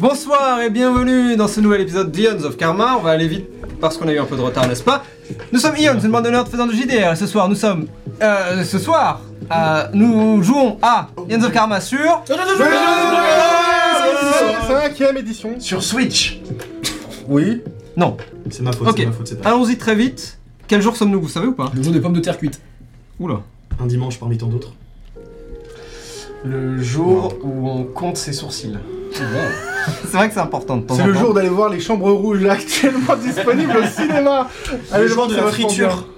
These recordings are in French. Bonsoir et bienvenue dans ce nouvel épisode d'Ions of Karma. On va aller vite parce qu'on a eu un peu de retard, n'est-ce pas Nous sommes Ions, une bande de nerds faisant du JDR. Et ce soir, nous sommes. Euh, ce soir, euh, nous jouons à Ions of Karma sur. Cinquième édition. Sur Switch Oui. Non, C'est ma faute, Ok. c'est ma faute, c'est pas allons-y très vite. Quel jour sommes-nous, vous savez ou pas Le jour des pommes de terre cuites. Oula. un dimanche parmi tant d'autres. Le jour où on compte ses sourcils. C'est vrai que c'est important de temps C'est en le temps. jour d'aller voir les chambres rouges là, actuellement disponibles au cinéma. le Allez jour voir, de ça la vachement friture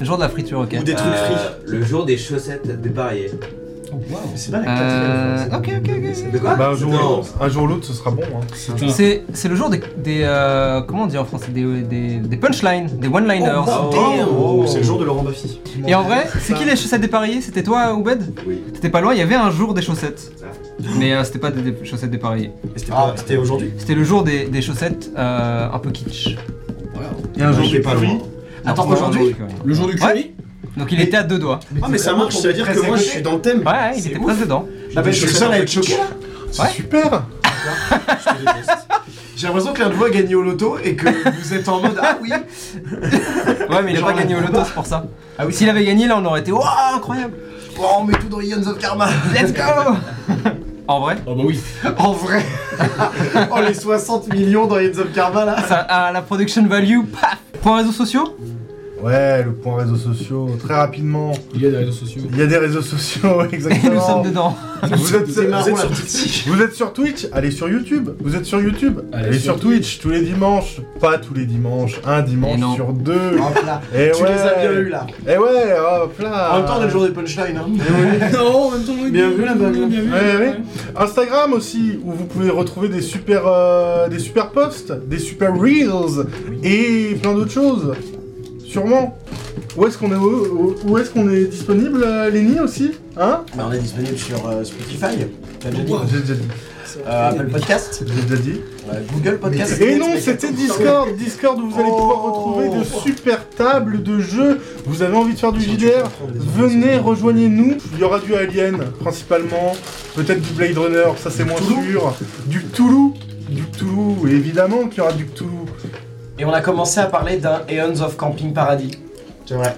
Le jour de la friture, ok. ou des trucs frits. Euh, le jour des chaussettes dépareillées. Mais C'est pas la Euh, classe. ok, ok, ok. De bien. quoi Bah, un jour, Non. un jour ou l'autre, ce sera bon. hein. C'est c'est le jour des. des, euh, comment on dit en français Des, des, des punchlines, des one-liners. bah, Oh, Damn. oh, c'est le jour de Laurent Baffy. Et en vrai, c'est qui les chaussettes dépareillées C'était toi, Oubed Oui. T'étais pas loin, il y avait un jour des chaussettes. Ça. Mais euh, c'était pas des, des chaussettes dépareillées. Mais C'était pas- c'était aujourd'hui C'était le jour des, des chaussettes euh, un peu kitsch. Et un jour J'ai des pas furies. loin. Attends, Non, aujourd'hui ouais. Le jour du Ouais. curry Donc il était à deux doigts. Ah, mais ça marche, ça veut dire que moi je suis dans le thème. Ouais, ouais, il C'est était ouf. presque dedans. Ah, bah je suis le seul à être choqué là. C'est Ouais. super. Je te déteste. J'ai l'impression que l'un de vous a gagné au loto et que vous êtes en mode Ah oui Ouais, mais il a Genre, pas gagné au on loto, c'est pour ça. Ah oui, S'il avait gagné, là, on aurait été Waouh, incroyable Oh, on met tout dans Ions of Karma Let's go En vrai, Oh bah oui. En vrai Oh, les 60 millions dans Ions of Karma là ça a la production value, paf Point réseaux sociaux Ouais, le point réseaux sociaux, très rapidement. Il y a des réseaux sociaux. Il y a des réseaux sociaux, Et exactement. nous sommes dedans. Vous êtes, C'est marrant vous êtes la sur, petite scie. vous êtes sur Twitch Allez sur YouTube. Vous êtes sur YouTube Allez, sur, Twitch tous les dimanches. Pas tous les dimanches, un Et non. dimanche sur deux. Hop là Et Ah, Tu ouais. les as bien eu là Et Eh ouais, hop là. En même temps, on a le jour des punchlines hein Non, en même temps, oui. Bienvenue, la bague. Bienvenue. Ouais, ouais. Instagram aussi, où vous pouvez retrouver des super, euh, des super posts, des super reels et plein d'autres choses. Sûrement. Où est-ce qu'on est, où, où est-ce qu'on est disponible, euh, Lenny aussi Hein Ah, Bah, on est disponible sur euh, Spotify, t'as déjà dit J'ai déjà dit. Euh, Apple Podcast, J'ai déjà dit. euh, Google Podcast. Et non, c'était Discord. Discord où vous allez Oh. pouvoir retrouver de super tables de jeux. Vous avez envie de faire du JDR Venez, rejoignez-nous. Il y aura du Alien, principalement. Peut-être du Blade Runner, ça c'est moins sûr. Du Cthulhu. Du Cthulhu, évidemment qu'il y aura du Cthulhu. Et on a commencé à parler d'un Aeons of Camping Paradis. C'est vrai.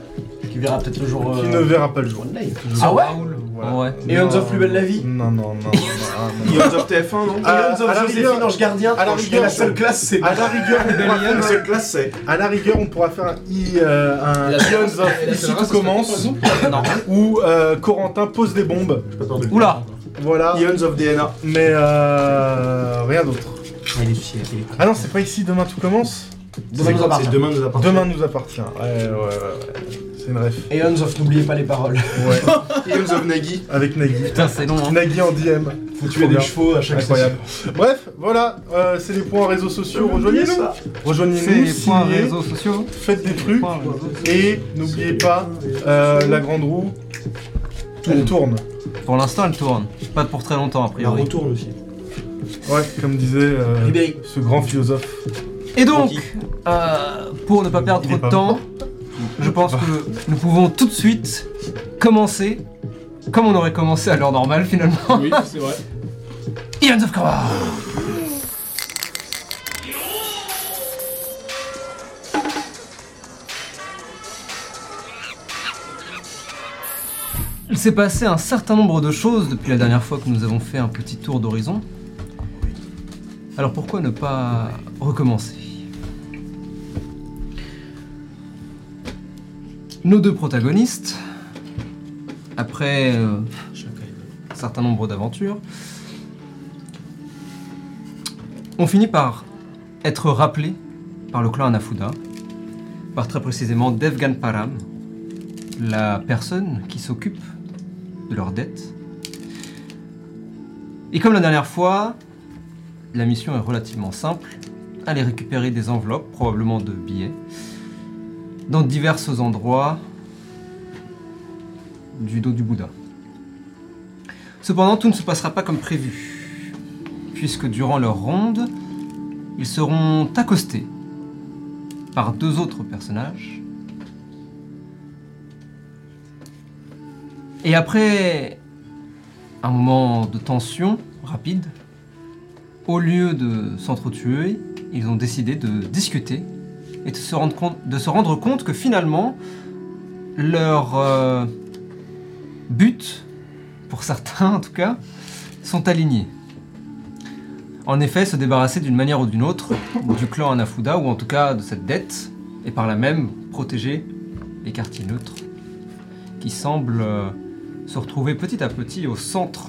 Qui verra peut-être le jour. Qui euh, ne verra pas le le jour. jour de live. Ah ouais Voilà. Ouais. Aeons Non. of Plus Belle la Vie Non, non, non. non, non, non. Ions of TF1, non Ah, Aeons à la of Joséphine rigueur- Ange Gardien. à la Oh, je fais rigueur, la seule je- classe, c'est. À la rigueur, on pourra faire, La seule classe c'est. à la rigueur, on pourra faire un, i- euh, un Et la Ions seule race, of la Ici seule race, tout ça serait quoi, par commence, exemple où euh, Corentin pose des bombes. J'ai pas peur de le Oula Voilà. Ions of DNA. Mais euh, rien d'autre. Ah non, c'est pas ici, demain tout commence Demain C'est nous quoi appartient. C'est demain nous appartient. Demain nous appartient. Ouais, ouais, ouais. ouais. C'est une ref. Aeons of N'oubliez pas les paroles. Ouais. Ions of Nagui. Avec Nagui. Putain, c'est long, hein. Nagui en DM. Faut tuer des bien. chevaux à chaque Incroyable. Bref, voilà, euh, c'est les points réseaux sociaux. Rejoignez-nous. C'est Rejoignez-nous. les points signez, réseaux sociaux. Faites des trucs. Points réseaux sociaux. Et n'oubliez pas, euh, la grande roue, elle tourne. Pour l'instant, elle tourne. Pas pour très longtemps, a Il y a un priori. retour aussi. Ouais, comme disait euh, Ribéry. ce grand philosophe. Et donc, euh, pour ne pas perdre Il trop est de pas temps, je pense que nous pouvons tout de suite commencer, comme on aurait commencé à l'heure normale finalement, Oui, c'est vrai. Ions of Korra Il s'est passé un certain nombre de choses depuis la dernière fois que nous avons fait un petit tour d'horizon. Alors pourquoi ne pas recommencer Nos deux protagonistes, après euh, un certain nombre d'aventures, on finit par être rappelé par le clan Anafuda, par très précisément Devgan Param, la personne qui s'occupe de leurs dettes. Et comme la dernière fois, la mission est relativement simple, aller récupérer des enveloppes, probablement de billets, dans divers endroits du dos du Bouddha. Cependant, tout ne se passera pas comme prévu puisque durant leur ronde, ils seront accostés par deux autres personnages. Et après un moment de tension rapide, au lieu de s'entretuer, ils ont décidé de discuter et de se rendre compte, de se rendre compte que finalement, leur euh, but, pour certains en tout cas, sont alignés. En effet, se débarrasser d'une manière ou d'une autre du clan Anafuda, ou en tout cas de cette dette, et par là même protéger les quartiers neutres qui semblent euh, se retrouver petit à petit au centre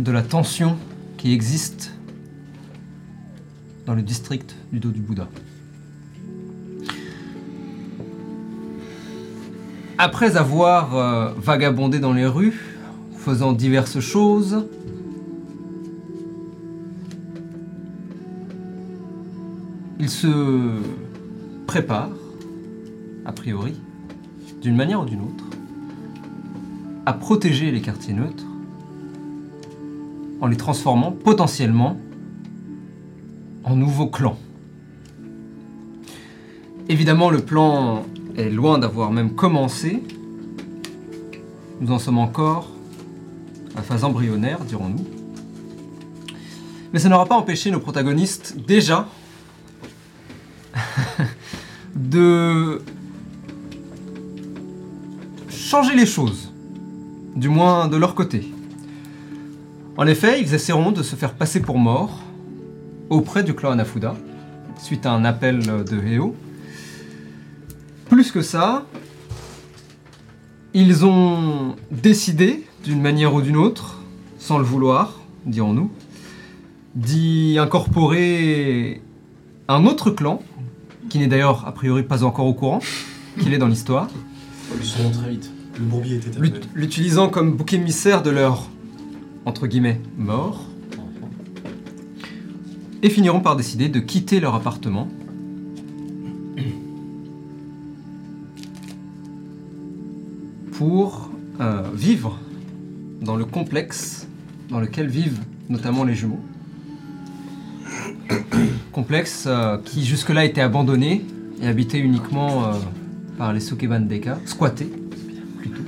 de la tension qui existe dans le district du dos du Bouddha. Après avoir euh, vagabondé dans les rues, faisant diverses choses, il se prépare, a priori, d'une manière ou d'une autre, à protéger les quartiers neutres en les transformant potentiellement en nouveaux clans. Évidemment, le plan est loin d'avoir même commencé. Nous en sommes encore à phase embryonnaire, dirons-nous. Mais ça n'aura pas empêché nos protagonistes, déjà, de changer les choses, du moins de leur côté. En effet, ils essaieront de se faire passer pour morts auprès du clan Anafuda, suite à un appel de Heo. Plus que ça, ils ont décidé, d'une manière ou d'une autre, sans le vouloir, dirons-nous, d'y incorporer un autre clan, qui n'est d'ailleurs a priori pas encore au courant, qu'il est dans l'histoire, Ils sont très vite. Le bourbier était l'ut- l'utilisant comme bouc émissaire de leur, entre guillemets, mort, et finiront par décider de quitter leur appartement. pour euh, vivre dans le complexe dans lequel vivent notamment les jumeaux. complexe euh, qui jusque-là était abandonné et habité uniquement euh, par les Sokeban Deka, squatté plutôt.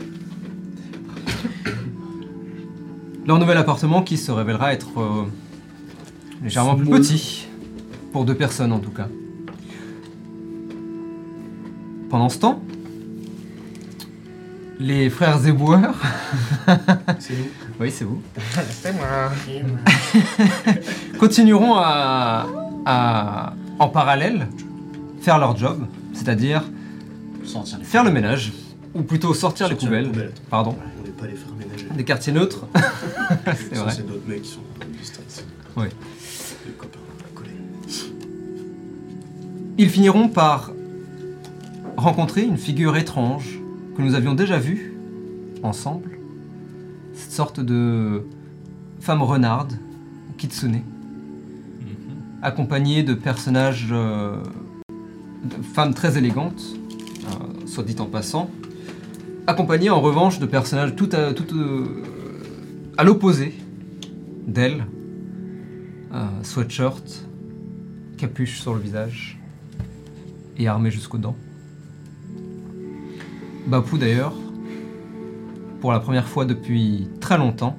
Leur nouvel appartement qui se révélera être euh, légèrement plus Small. petit, pour deux personnes en tout cas. Pendant ce temps, les frères éboueurs. C'est nous. Oui, c'est vous. C'est moi. continueront à, à, en parallèle, faire leur job, c'est-à-dire Sortir les faire le ménage, ou plutôt sortir, les Sortir poubelles, les poubelles. pardon, On n'est pas les frères ménagers. des quartiers neutres. c'est vrai. C'est d'autres mecs qui sont du stress. Oui. Les copains, collègues. Ils finiront par rencontrer une figure étrange que nous avions déjà vue ensemble, cette sorte de femme renarde, kitsune, accompagnée de personnages, euh, de femmes très élégantes, euh, soit dit en passant, accompagnée en revanche de personnages tout à, tout, euh, à l'opposé d'elle, euh, sweatshirt, capuche sur le visage et armé jusqu'aux dents. Bapu d'ailleurs, pour la première fois depuis très longtemps,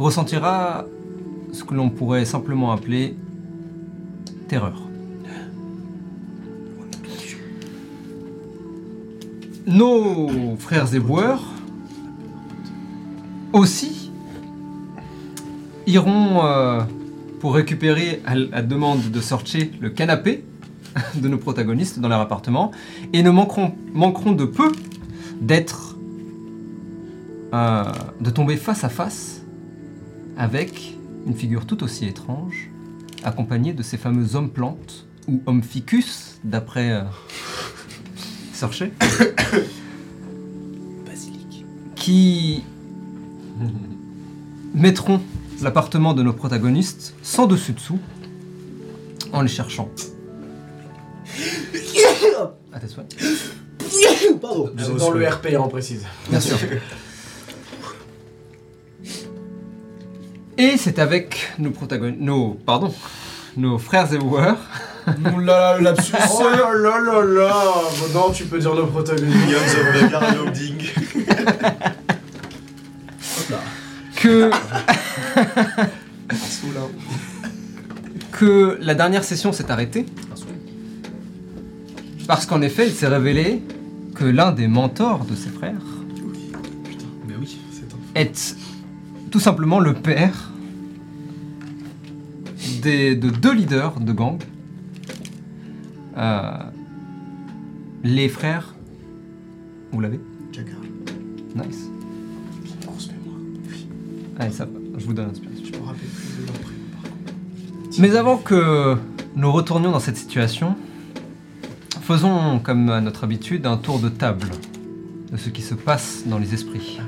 ressentira ce que l'on pourrait simplement appeler terreur. Nos frères éboueurs aussi iront euh, pour récupérer à la demande de Sorche le canapé de nos protagonistes dans leur appartement et ne manqueront, manqueront de peu d'être euh, de tomber face à face avec une figure tout aussi étrange accompagnée de ces fameux hommes plantes ou hommes ficus d'après euh, Sorche Basilic. qui mettront l'appartement de nos protagonistes sans dessus dessous en les cherchant. À tes souhaits. Pardon. Dans Dans le le hein. RP, on précise. Bien sûr. Et c'est avec nos protagonistes, nos, pardon, nos frères et joueurs Ouh là là, le lapsus. Oh là là là là Bon, Non, tu peux dire le protagoniste. Guns of Nagar Holding. que que. que la dernière session s'est arrêtée. Parce qu'en effet, il s'est révélé que l'un des mentors de ses frères Mais oui, c'est un. est tout simplement le père des- de deux leaders de gang. Euh, les frères. Vous l'avez Jacquard. Nice. Grosse mémoire. Allez, ça va. Je vous donne l'inspiration. Je me rappelle plus de leur prénom. Mais avant que nous retournions dans cette situation, faisons, comme à notre habitude, un tour de table de ce qui se passe dans les esprits.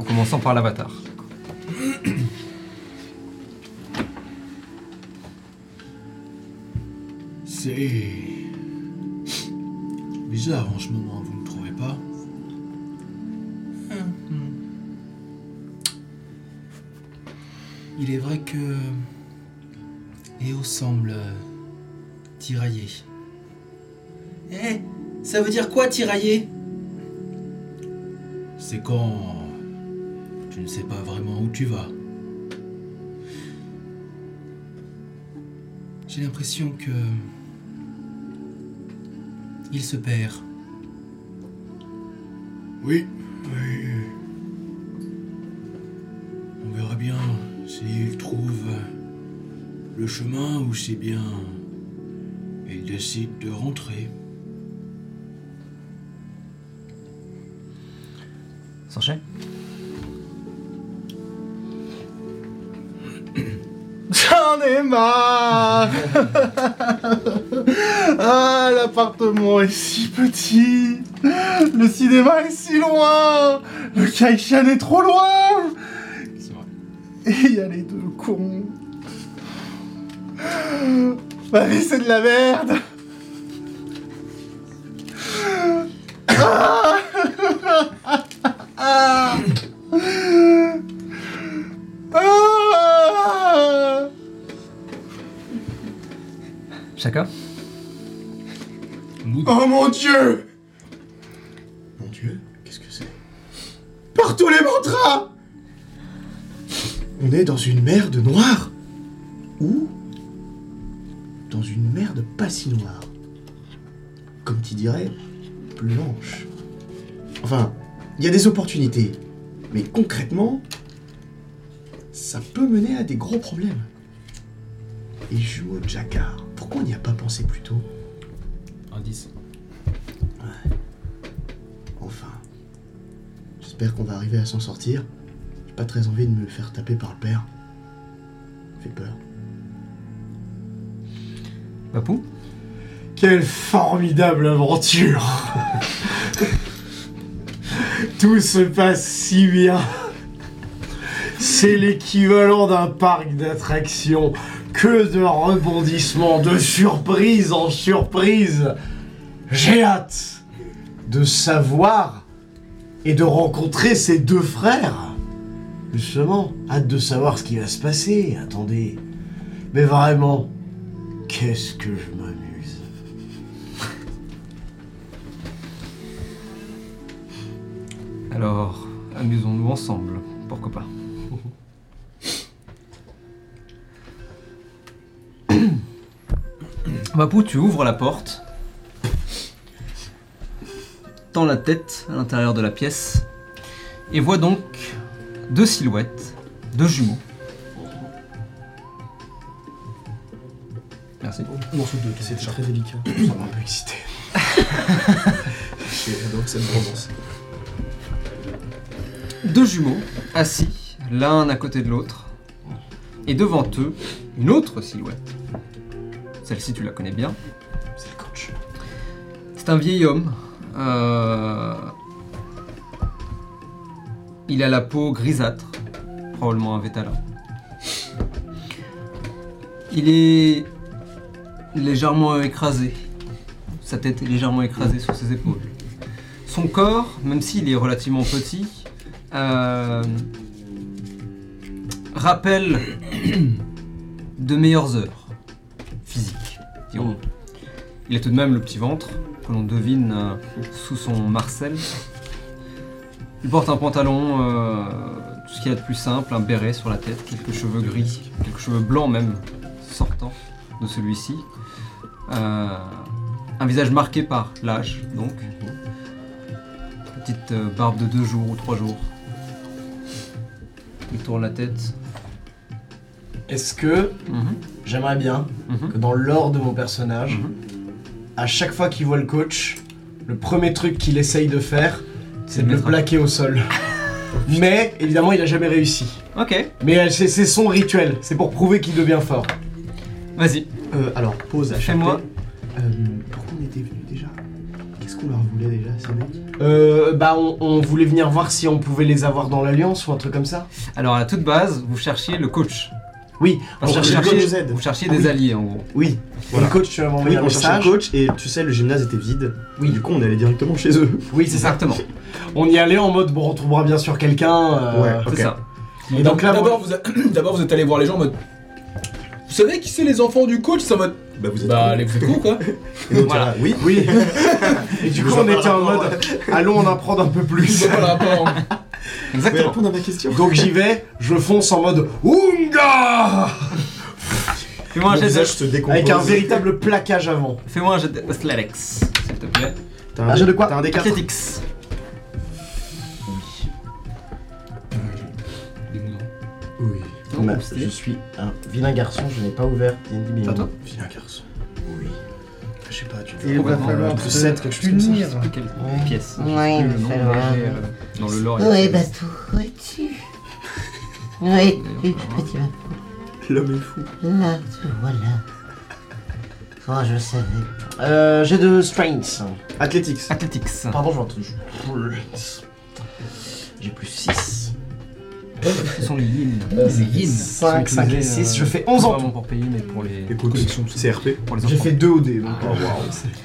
En commençant par l'avatar. C'est bizarre en ce moment, vous ne trouvez pas Hum. Hmm. Il est vrai que Léo semble euh, tiraillé. Eh, ça veut dire quoi tiraillé C'est quand tu ne sais pas vraiment où tu vas. J'ai l'impression que. Il se perd. Oui, oui. On verra bien s'il trouve le chemin ou si bien il décide de rentrer. Sanchez J'en ai marre Ah, l'appartement est si petit Le cinéma est si loin Le Kaishan est trop loin C'est vrai. Et il y a les deux cons Ma vie, Bah, c'est de la merde Ah Ah Chaka Oh mon dieu Mon dieu Qu'est-ce que c'est Par tous les mantras On est dans une merde noire Ou dans une merde pas si noire. Comme tu dirais, blanche. Enfin, il y a des opportunités. Mais concrètement, ça peut mener à des gros problèmes. Et joue au jacquard. Pourquoi on n'y a pas pensé plus tôt Indice. Enfin. J'espère qu'on va arriver à s'en sortir. J'ai pas très envie de me faire taper par le père. Ça Fait peur. Papou Quelle formidable aventure Tout se passe si bien. C'est l'équivalent d'un parc d'attractions. Que de rebondissements, de surprise en surprise. J'ai hâte de savoir et de rencontrer ces deux frères. Justement, hâte de savoir ce qui va se passer. Attendez. Mais vraiment, qu'est-ce que je m'amuse. Alors, amusons-nous ensemble, pourquoi pas Papou, tu ouvres la porte, tends la tête à l'intérieur de la pièce et vois donc deux silhouettes, deux jumeaux. Merci. Morceau de c'est très délicat. Ça m'a un peu excité. J'adore cette romance. deux jumeaux assis l'un à côté de l'autre et devant eux une autre silhouette. Celle-ci tu la connais bien. C'est le coach. C'est un vieil homme. euh, Il a la peau grisâtre, probablement un vétala. Il est légèrement écrasé. Sa tête est légèrement écrasée sur ses épaules. Son corps, même s'il est relativement petit, euh, rappelle de meilleures heures physiques, dirons-nous. Il a tout de même le petit ventre que l'on devine euh, sous son marcel. Il porte un pantalon euh, tout ce qu'il y a de plus simple, un béret sur la tête, quelques cheveux gris, quelques cheveux blancs même, sortant de celui-ci. Euh, un visage marqué par l'âge, donc. Petite euh, barbe de deux jours ou trois jours. Il tourne la tête. Est-ce que Mhm, j'aimerais bien mhm. que dans l'or de mon personnage, Mhm. à chaque fois qu'il voit le coach, le premier truc qu'il essaye de faire, c'est de le mettre un- plaquer au sol. Mais évidemment, il a jamais réussi. Ok, Mais euh, c'est c'est son rituel, c'est pour prouver qu'il devient fort. vas-y. Euh, alors, pause à chaque Fais-moi. Euh, pourquoi on était venu déjà Qu'est-ce qu'on leur voulait déjà, ces mecs Euh, bah, on, on voulait venir voir si on pouvait les avoir dans l'alliance ou un truc comme ça. Alors à la toute base, vous cherchiez le coach. Oui, on Vous cherchait cherchait Oh, le cherchiez- coach Z. vous cherchiez Ah des oui. alliés en gros. Oui, le coach, tu vas oui m'envoyer un on cherchait message. le coach et tu sais, le gymnase était vide. Oui. Du coup, on allait directement chez eux. Oui, c'est ça. Exactement, On y allait en mode, bon, on trouvera bien sûr quelqu'un. euh, Ouais. Ok. c'est ça. Et donc là, d'abord, vous, a- d'abord, vous êtes allé voir les gens en mode. Vous savez qui c'est les enfants du coach Ça mode. Bah, vous êtes. Bah, allez, vous êtes cons, quoi. Et donc, Voilà. voilà. oui. Oui. Et du Je coup, vois on pas le était en rapport, mode, allons en apprendre un peu plus. C'est pas le rapport. hein. Vous pouvez Exactement. répondre à ma question Donc j'y vais, je fonce en mode Ounga Fais-moi Mon un jet de- visage se décompose. Avec un véritable plaquage avant. Fais-moi un jet de Athletics, s'il te plaît. T'as un Ah, j'ai de quoi T'as un D4 Athletics. Oui. Donc, c'était- suis un vilain garçon, je n'ai pas ouvert D&D Beyond. Attends. Vilain garçon. Oui. Je sais pas, tu Il va Complètement, falloir euh, plus se sept, quelque chose comme ça. unir. Plus quelle pièce Je sais Ouais, plus il le va nom, falloir. mais, euh, Dans le lore. il y a- Ouais, bah pourrais-tu Ouais, tu petit L'homme est fou. Là, te voilà. Quand je savais. Euh, j'ai de strength. Athletics. Athletics. Pardon, j'ai entendu. J'ai plus 6. Ce sont les yin. Les yin. 5, 5 et 6, je fais 11 Pas en tout. euh, vraiment pour payer, mais pour les. Écoute, c'est RP. Pour les J'ai enfants. fait 2 OD. Donc, Ah,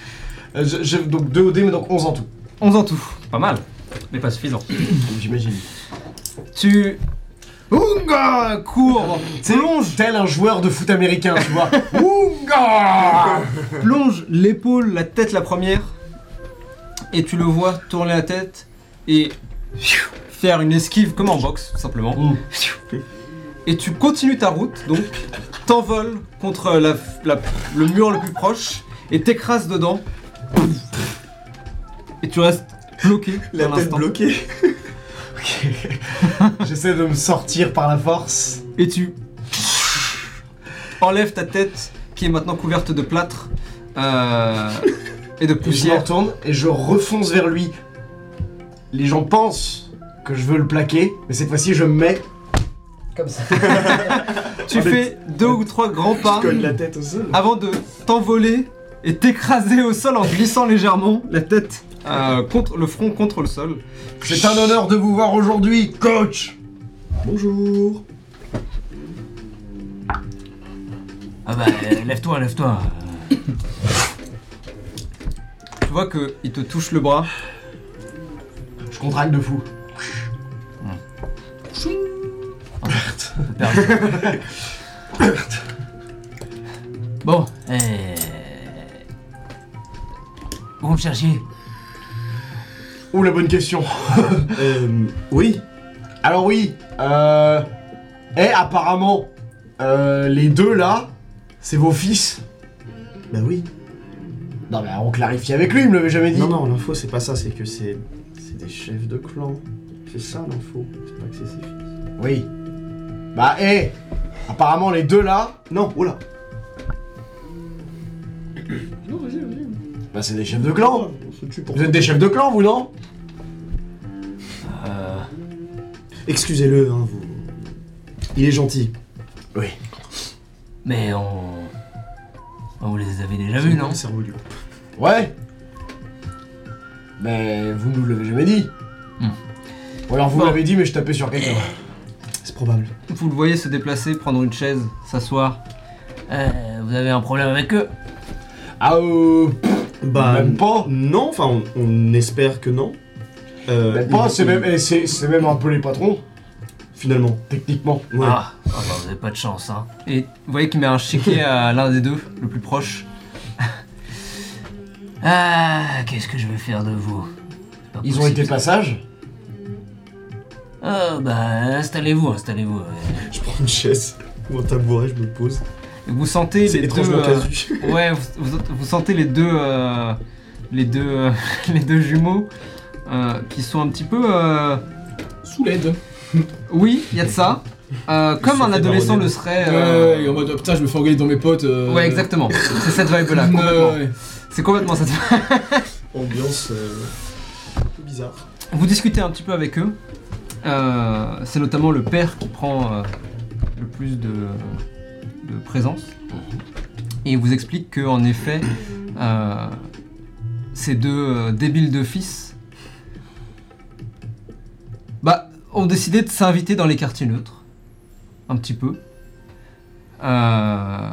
Euh, je- je- donc 2 OD, mais donc 11 en tout. 11 en tout. Pas mal, mais pas suffisant. J'imagine. Tu. Ounga Cours C'est long, tel un joueur de foot américain, tu vois. Ounga Plonge l'épaule, la tête la première. Et tu le vois tourner la tête et. Faire une esquive comme en boxe, tout simplement. Mm. Et tu continues ta route, donc t'envoles contre la- la- le mur le plus proche et t'écrases dedans. Et tu restes bloqué. La pour tête l'instant. bloquée. J'essaie de me sortir par la force. Et tu enlèves ta tête qui est maintenant couverte de plâtre euh, et de Et je me poussière. retourne et je refonce vers lui. Les gens pensent que je veux le plaquer, mais cette fois-ci je me mets comme ça. Tu fais deux ou trois grands pas Tu colles la tête au sol. avant de t'envoler et t'écraser au sol en glissant légèrement la tête euh, contre le front contre le sol. C'est un honneur de vous voir aujourd'hui, coach. Bonjour. Ah bah, lève-toi, lève-toi. Tu vois que il te touche le bras. Je contracte de fou. Bon, euh... Où me chercher Ouh la bonne question. Euh, oui. Alors oui, euh... Eh apparemment, euh, les deux là, c'est vos fils. Bah oui. Non mais on clarifie avec lui, il me l'avait jamais dit. Non, non, l'info, c'est pas ça, c'est que c'est. C'est des chefs de clan. C'est ça l'info. C'est pas que c'est ses fils. Oui. Bah eh Apparemment les deux là, Non, oh oula. bah c'est des chefs de clan. On se tue pour. Vous êtes des chefs de clan, vous, non Excusez-le, hein, vous. Il est gentil. Mais on... On les avait déjà vus, non Le cerveau du coup. Ouais. Mais vous nous l'avez jamais dit. Hmm. Ou alors vous Bon. l'avez dit, mais je tapais sur quelqu'un. C'est probable. Vous le voyez se déplacer, prendre une chaise, s'asseoir. Euh, Vous avez un problème avec eux Ah, euh, pff, Bah. même pas. Non, enfin, on, on espère que non. Euh, Même pas, il- c'est il- même, eh, c'est c'est même un peu les patrons, Finalement. techniquement. Ouais. Ah, ah bah, vous avez pas de chance, hein. Et vous voyez qu'il met un chéquier à l'un des deux, le plus proche. Ah, qu'est-ce que je vais faire de vous C'est pas Ils ont possible, été ça. passages Euh, bah, installez-vous, installez-vous. euh. Je prends une chaise ou un tabouret, je me pose. Et Vous sentez C'est les deux. étrangement euh, casu. ouais, vous, vous- vous sentez les deux, euh, les deux, euh, les deux jumeaux euh, qui sont un petit peu. euh, Sous l'aide. oui, il y a de ça. Euh, comme se un fait adolescent baronner. le serait. euh, Ouais, et en mode oh, putain, je me fais engueuler dans mes potes. euh, ouais, exactement. C'est cette vibe Ouais, là. Complètement. ouais. C'est complètement cette. vibe. Ambiance euh, un peu bizarre. Vous discutez un petit peu avec eux. Euh, C'est notamment le père qui prend euh, le plus de, de présence. Et il vous explique que en effet, euh, ces deux euh, débiles de fils bah, ont décidé de s'inviter dans les quartiers neutres. Un petit peu. Euh,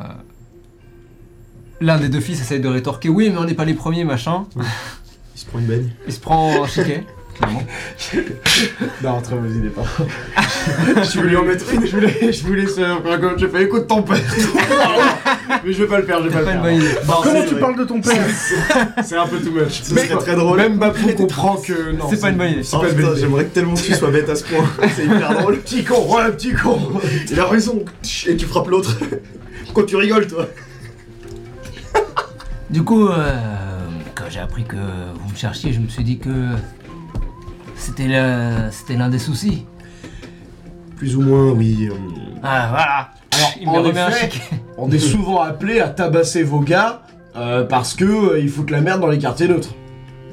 L'un des deux fils essaye de rétorquer Oui, mais on n'est pas les premiers, machin. Il se prend une baigne. Il se prend un chiquet, clairement. Non, très mauvaise idée, pardon. je voulais en mettre une, je voulais, je voulais se faire un gomme, j'ai fait écoute ton père. Mais je vais pas le faire, je vais C'est pas, pas une le faire. bonne idée. Comment tu parles de ton père C'est un peu too much. Ce serait très drôle. Même Bapou comprend que non. C'est pas une bonne idée. pas Oh, une putain, bonne idée. j'aimerais que tellement que tu sois bête à ce point. C'est hyper drôle. Petit con, oh le petit con Il a raison. Et tu frappes l'autre. Quand tu rigoles, toi. Du coup, euh, quand j'ai appris que vous me cherchiez, je me suis dit que c'était le- c'était l'un des soucis. Plus ou moins, oui. euh, Ah, voilà. Alors, Il me en remet un effet, chic. on est souvent appelé à tabasser vos gars euh, parce que euh, ils foutent la merde dans les quartiers neutres.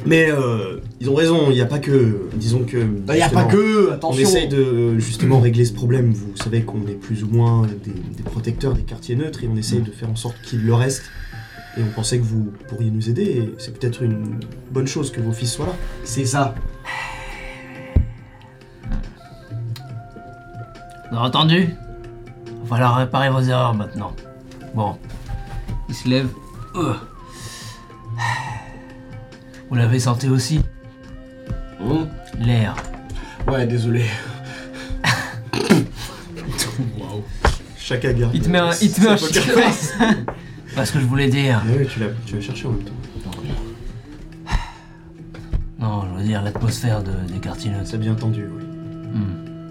Mais euh, ils ont raison, il n'y a pas que. Disons que. Bah, y a justement, pas que, On attention. essaye de euh, justement régler ce problème. Vous savez qu'on est plus ou moins des, des protecteurs des quartiers neutres et on essaye de faire en sorte qu'il le reste. Et on pensait que vous pourriez nous aider et c'est peut-être une bonne chose que vos fils soient là. C'est ça. Vous avez entendu Va falloir réparer vos erreurs maintenant. Bon. Il se lève. Euh. Vous l'avez senti aussi Hum. L'air. Ouais, désolé. Chaque agarre. Il te met un, il te met un chic face. Pas ce que je voulais dire. Ouais, Ah tu l'as tu l'as cherché en même temps. Non, je veux dire l'atmosphère de- des quartiers neutres. Ça a bien tendu, oui. Hmm.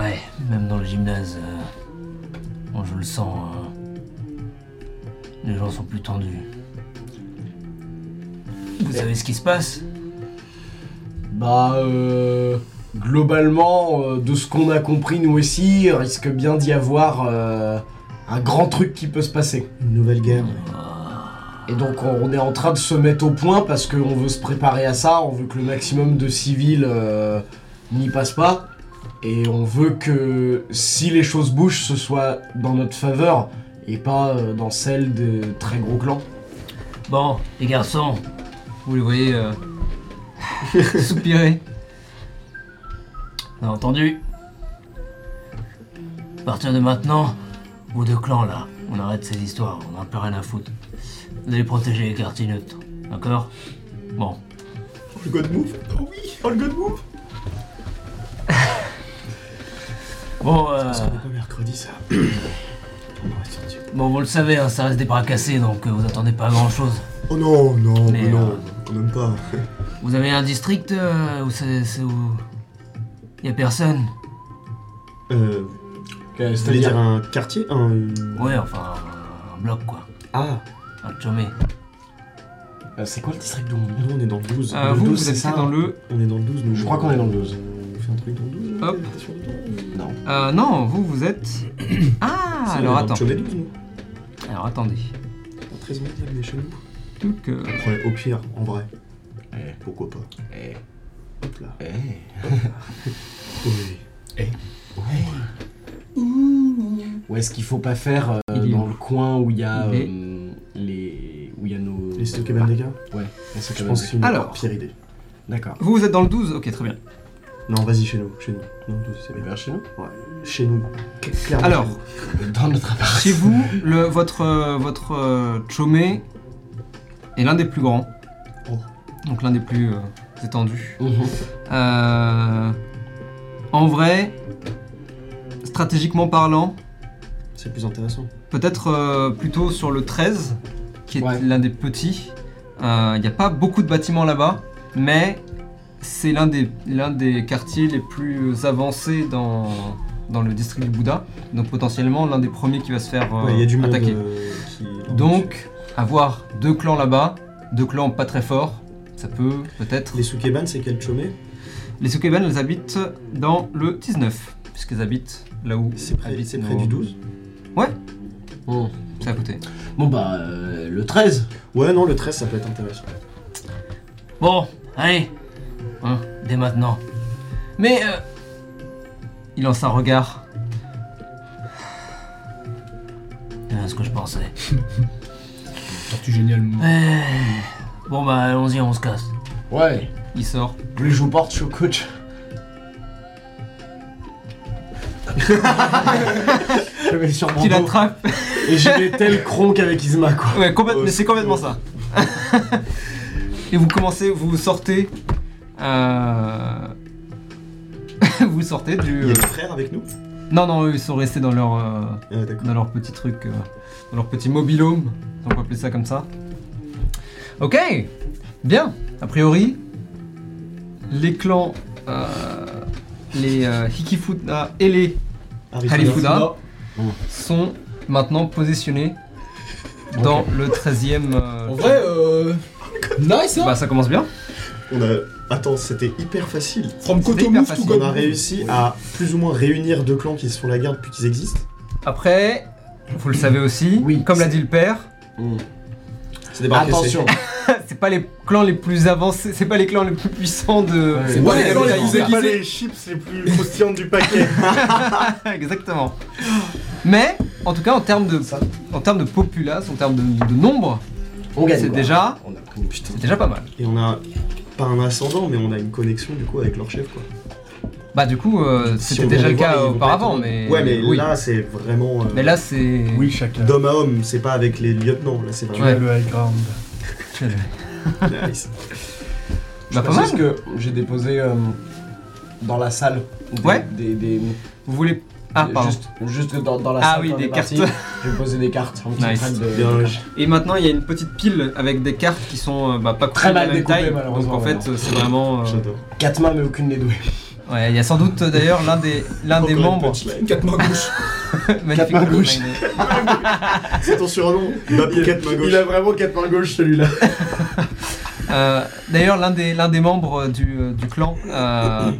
Ouais, même dans le gymnase, euh, bon, je le sens. euh, les gens sont plus tendus. Vous savez ce qui se passe Bah, euh, globalement, euh, de ce qu'on a compris, nous aussi, il risque bien d'y avoir euh, un grand truc qui peut se passer. Une nouvelle guerre. Et donc, on est en train de se mettre au point parce qu'on veut se préparer à ça, on veut que le maximum de civils euh, n'y passe pas. Et on veut que si les choses bougent, ce soit dans notre faveur et pas euh, dans celle de très gros clans. Bon, les garçons, Vous le voyez euh, soupirer. vous avez entendu À partir de maintenant, vous deux clans là, on arrête ces histoires, on n'a plus rien à foutre. Vous allez protéger les quartiers neutres, d'accord Bon. Oh le god move Oh oui Oh le god move Bon, euh, Parce qu'on est pas mercredi ça. On va sortir. bon, vous le savez, hein, ça reste des bras cassés, donc euh, vous attendez pas à grand chose. Oh non, non, Mais, mais non, euh, quand même pas. Vous avez un district euh, où c'est c'est où y a personne Euh, vous voulez dire un quartier un... Ouais, enfin un, un bloc quoi, Ah, un chômé. Euh, c'est quoi le district d'où on vit nous on est dans le 12. Euh, Le vous, dos, vous c'est êtes ça. hein? dans le. On est dans le 12, nous. Je crois qu'on est dans le 12. On fait un truc dans le 12 Hop. on est sur le 12. Non. Euh, non, vous, vous êtes. Ah, alors Si, on est dans attends. le sommet 12, nous. Alors attendez. Dans 13 mètres, là, des chenous. Tout que. Ouais, au pire, en vrai. Pourquoi pas Hop là. Oui. Ou est-ce qu'il faut pas faire euh, Il y a- dans le coin où il y a Il est- euh, les où il y a nos Les sites de cabane des gars Ouais, les stocks Je à pense que balles. c'est une Alors. pire idée. D'accord. Vous, vous êtes dans le 12 Ok, très bien. Non, vas-y, chez nous. Chez nous. Non, 12, c'est bien. vers chez nous Chez nous. Clairement Alors, chez nous. Euh, Dans notre appart. chez vous, le, votre, euh, votre euh, chômé est l'un des plus grands. Oh. Donc l'un des plus euh, étendus. Mhm. Euh, en vrai, stratégiquement parlant, C'est plus intéressant. Peut-être euh, plutôt sur le 13, qui est Ouais. Euh, l'un des petits. Il n'y a pas beaucoup de bâtiments là-bas, mais c'est l'un des, l'un des quartiers les plus avancés dans, dans le district du Bouddha. Donc potentiellement l'un des premiers qui va se faire euh, Ouais, Il y a du monde attaquer. euh, qui- Donc avoir deux clans là-bas, deux clans pas très forts, ça peut peut-être. Les Sukeban, c'est quel chômé Les Sukeban, elles habitent dans le 19, puisqu'elles habitent là où C'est près, habitent c'est près nos- du 12 Bon. C'est à côté. Bon, bah, euh, le 13. Ouais, non, le 13, ça peut être intéressant. Bon, allez. Hein, dès maintenant. Mais euh, il lance un regard. C'est bien ce que je pensais. Tortue géniale. Eh, Bon bah allons-y, on se casse. Ouais. Il sort. Plus je vous porte, je suis coach. je vais sur mon Qu'il dos attrape. et j'y vais tel cronk avec Isma quoi. Ouais, complète- Euh, mais c'est complètement ça. Et vous commencez, vous sortez. euh, vous sortez Il du. y a euh, le frère avec nous Non, non, eux, ils sont restés dans leur. euh, Ah, d'accord. dans leur petit truc, euh, dans leur petit mobilhome, on peut appeler ça comme ça. Ok, bien. A priori, les clans, euh, les euh, Hikifuda et les Arrive- Harifuda sont maintenant positionnés dans le 13e. euh, En vrai, euh. Nice hein bah ça commence bien. On a... Attends, c'était hyper facile. From c'était Cotonou hyper to facile. On God. a réussi à plus ou moins réunir deux clans qui se font la guerre depuis qu'ils existent. Après, vous le savez aussi, Oui, comme l'a dit le père, C'est des barres Attention. c'est pas les clans les plus avancés, c'est pas les clans les plus puissants de. Ouais. C'est pas les gens les Ils plus C'est pas aiguisés. les chips les plus croustillantes du paquet. Exactement. Mais, en tout cas, en termes de, Ça. en termes de populace, en termes de, de nombre, On gagne. c'est quoi. déjà, On a pris putain. c'est déjà pas mal. Et on a pas un ascendant, mais on a une connexion du coup avec leur chef quoi. Bah du coup, euh, Si c'était on déjà veut le les voir, cas ils vont auparavant, pas être- mais Ouais, mais oui. là c'est vraiment. euh, mais là, c'est Oui, chacun. D'homme à homme, c'est pas avec les lieutenants, là c'est Tu vraiment. Ah, Ouais. as le high ground. Nice. Je bah, pas mal. précise que j'ai déposé euh, dans la salle. des- Ouais. Des, des- Vous voulez ah pardon. Juste, juste dans, dans la Ah salle. oui, quand on des est parti, cartes. J'ai posé des cartes. Un petit Nice. train de- Bien, je- Et maintenant, il y a une petite pile avec des cartes qui sont euh, bah, pas Très coupées de mal la même découpées, taille. Donc malheureusement, en fait, euh, c'est vraiment. euh, j'adore. Quatre mains, mais aucune n'est douée. Ouais, il y a sans doute euh, d'ailleurs l'un des l'un des Encore une membres. punchline. Quatre mains gauches. Magnifique mains gauches. design. C'est ton surnom Babi quatre mains gauche. Il a vraiment quatre mains gauches celui-là. Euh, D'ailleurs, l'un des, l'un des membres du, euh, du clan, euh,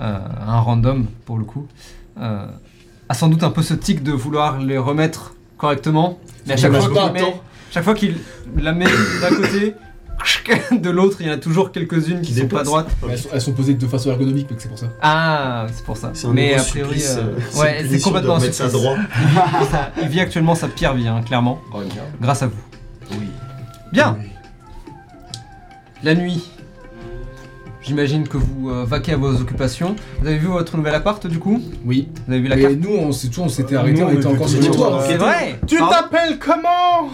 euh, un random pour le coup, euh, a sans doute un peu ce tic de vouloir les remettre correctement, mais à chaque dommage, fois pas qu'il met- chaque fois qu'il la met d'un côté, de l'autre, il y en a toujours quelques-unes qui sont pas Dépasse. droites. Elles sont, elles sont posées de façon ergonomique, mec, c'est pour ça. Ah, c'est pour ça. C'est un Mais nouveau a priori, supplice, euh, euh, une ouais, c'est punition complètement de un remettre ça supplice. droit. Ça- Il vit actuellement sa pire vie, hein, clairement, grâce à vous. Oui. Bien. La nuit. J'imagine que vous euh, vaquez à vos occupations. Vous avez vu votre nouvel appart du coup Oui. Vous avez vu la Et carte nous, on s'est tout, on s'était arrêté, Nous, on on était était encore sur toujours l'histoire. là. C'est vrai Tu Pardon t'appelles comment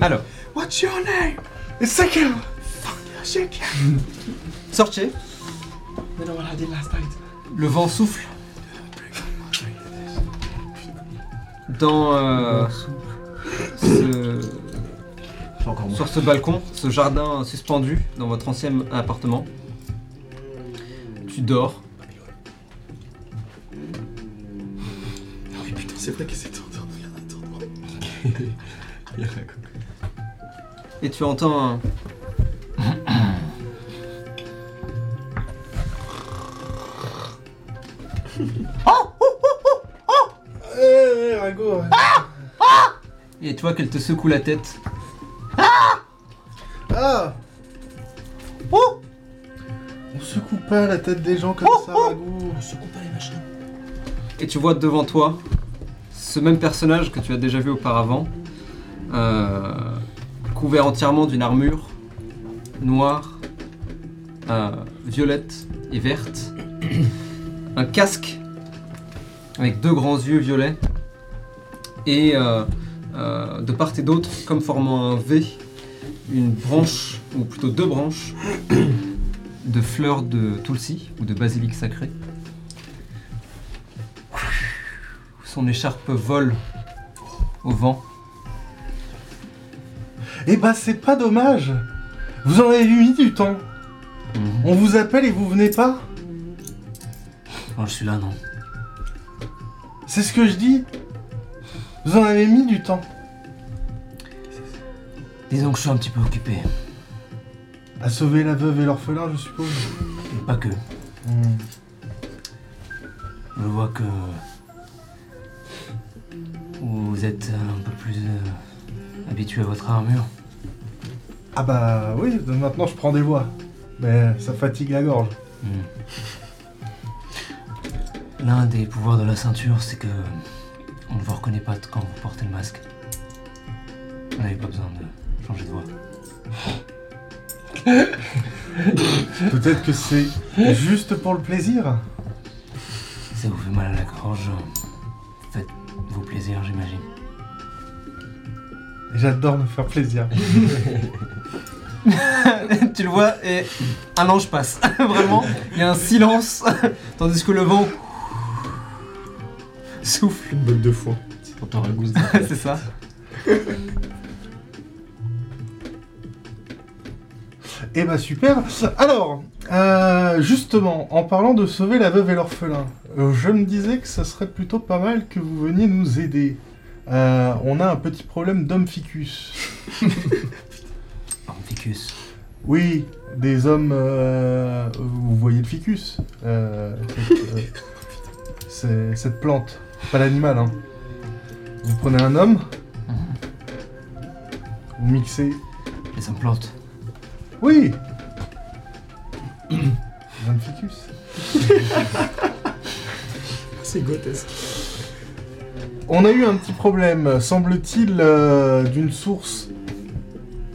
Alors, What's your name C'est que. sortez. Le vent souffle. Dans euh, ce- sur ce balcon, ce jardin suspendu dans votre ancien appartement. Tu dors. Oui, putain, c'est vrai que c'est endormi. Attends, attends. Et tu entends un... Eh, Rago. Et tu vois qu'elle te secoue la tête. Ah On secoue pas la tête des gens comme ça, Rago. Et tu vois devant toi ce même personnage que tu as déjà vu auparavant, euh, couvert entièrement d'une armure noire, euh, violette et verte, un casque avec deux grands yeux violets, et euh, euh, de part et d'autre, comme formant un V, une branche, ou plutôt deux branches, de fleurs de Tulsi ou de basilic sacré. Son écharpe vole au vent. ben, Eh bah, c'est pas dommage. Vous en avez mis du temps. Mhm. On vous appelle et vous venez pas Quand Oh, je suis là, non. C'est ce que je dis. Vous en avez mis du temps. Disons que je suis un petit peu occupé. À sauver la veuve et l'orphelin, je suppose. Hmm. Et pas que. Je vois que. Vous êtes un peu plus euh, habitué à votre armure. Ah bah oui, de- maintenant je prends des voix. Mais ça fatigue la gorge. Hmm. L'un des pouvoirs de la ceinture, c'est que on ne vous reconnaît pas quand vous portez le masque. Vous n'avez pas besoin de changer de voix. Peut-être que c'est juste pour le plaisir. Ça vous fait mal à la gorge. Faites-vous plaisir, j'imagine. J'adore me faire plaisir. tu le vois et un ange passe. Vraiment, il y a un silence, tandis que le vent souffle. Une botte de foin. C'est ça. Eh bah super. Alors, euh, justement, en parlant de sauver la veuve et l'orphelin, euh, je me disais que ça serait plutôt pas mal que vous veniez nous aider. Euh, on a un petit problème d'homme ficus. En ficus. Oui, des hommes... euh, vous voyez le ficus. euh, cette, euh, c'est- cette plante. Pas l'animal, hein. Vous prenez un homme, vous mixez Les implantes. Oui Jeune ficus. C'est grotesque. On a eu un petit problème, semble-t-il, euh, d'une source,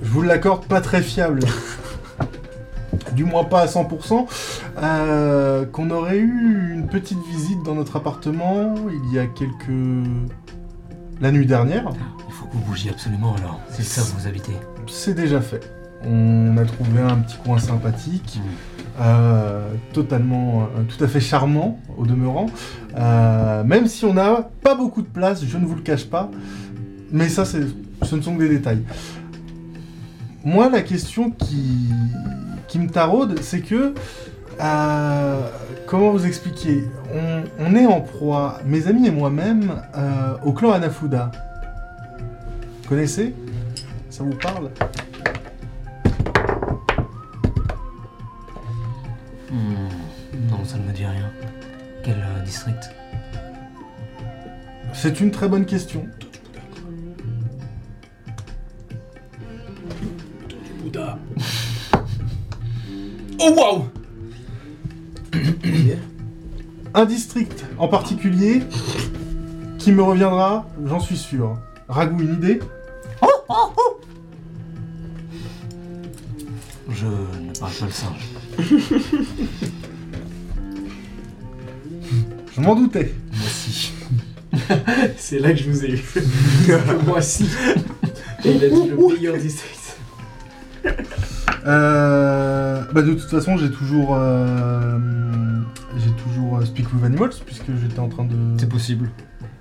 je vous l'accorde, pas très fiable. du moins pas à 100%, euh, qu'on aurait eu une petite visite dans notre appartement il y a quelques... la nuit dernière. Il faut que vous bougiez absolument alors. C'est ça où vous habitez. C'est déjà fait. On a trouvé un petit coin sympathique, euh, totalement, euh, tout à fait charmant au demeurant. Euh, même si on n'a pas beaucoup de place, je ne vous le cache pas. Mais ça, c'est- ce ne sont que des détails. Moi, la question qui, qui me taraude, c'est que. euh, comment vous expliquer on, on est en proie, mes amis et moi-même, euh, au clan Anafuda. Vous connaissez Ça vous parle Hmm, Non, ça ne me dit rien. Quel euh, district C'est une très bonne question. Oh waouh Un district en particulier qui me reviendra, j'en suis sûr. Ragout, une idée Je ne parle pas le singe. Je m'en doutais. C'est là que je vous ai eu. Moi si. Et il a dit le meilleur district. Euh, bah de toute façon, j'ai toujours, euh, j'ai toujours euh, Speak with Animals puisque j'étais en train de. C'est possible.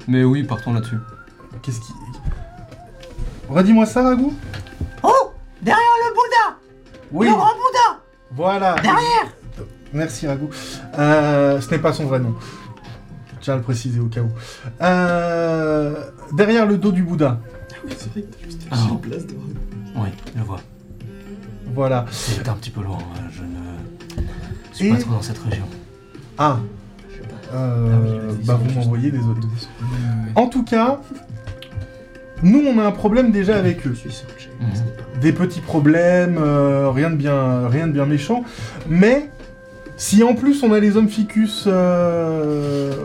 Mais oui, partons là-dessus. Qu'est-ce qui. Redis-moi ça, Ragout Oh Derrière le Bouddha Oui. Le grand Bouddha Voilà. Derrière Merci Ragout. Euh, ce n'est pas son vrai nom. Je tiens à le préciser au cas où. Euh, derrière le dos du Bouddha. Oui, c'est vrai que t'as juste Ah. une place devant. Oui, je vois. Voilà. C'est un petit peu loin. euh, Je ne suis Et- pas trop dans cette région. Ah. Euh, bah vous m'envoyez des autres. En tout cas, nous on a un problème déjà avec eux. Je suis sûr que j'ai- Mhm. ce n'est pas- Des petits problèmes, euh, rien, de bien, rien de bien méchant. Mais si en plus on a les hommes ficus euh,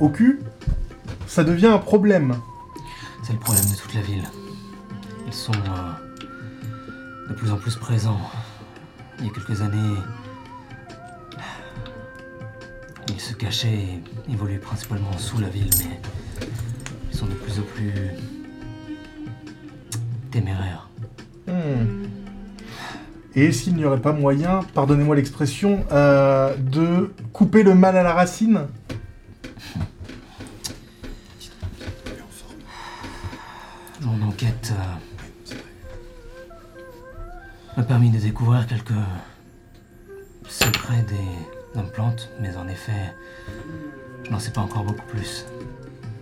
au cul, ça devient un problème. C'est le problème de toute la ville. Ils sont euh, de plus en plus présents. Il y a quelques années, ils se cachaient et évoluaient principalement sous la ville, mais ils sont de plus en plus téméraires. Hmm. Et s'il n'y aurait pas moyen, pardonnez-moi l'expression, euh, de couper le mal à la racine Mon enquête euh, m'a permis de découvrir quelques secret des implantes, mais en effet, je n'en sais pas encore beaucoup plus.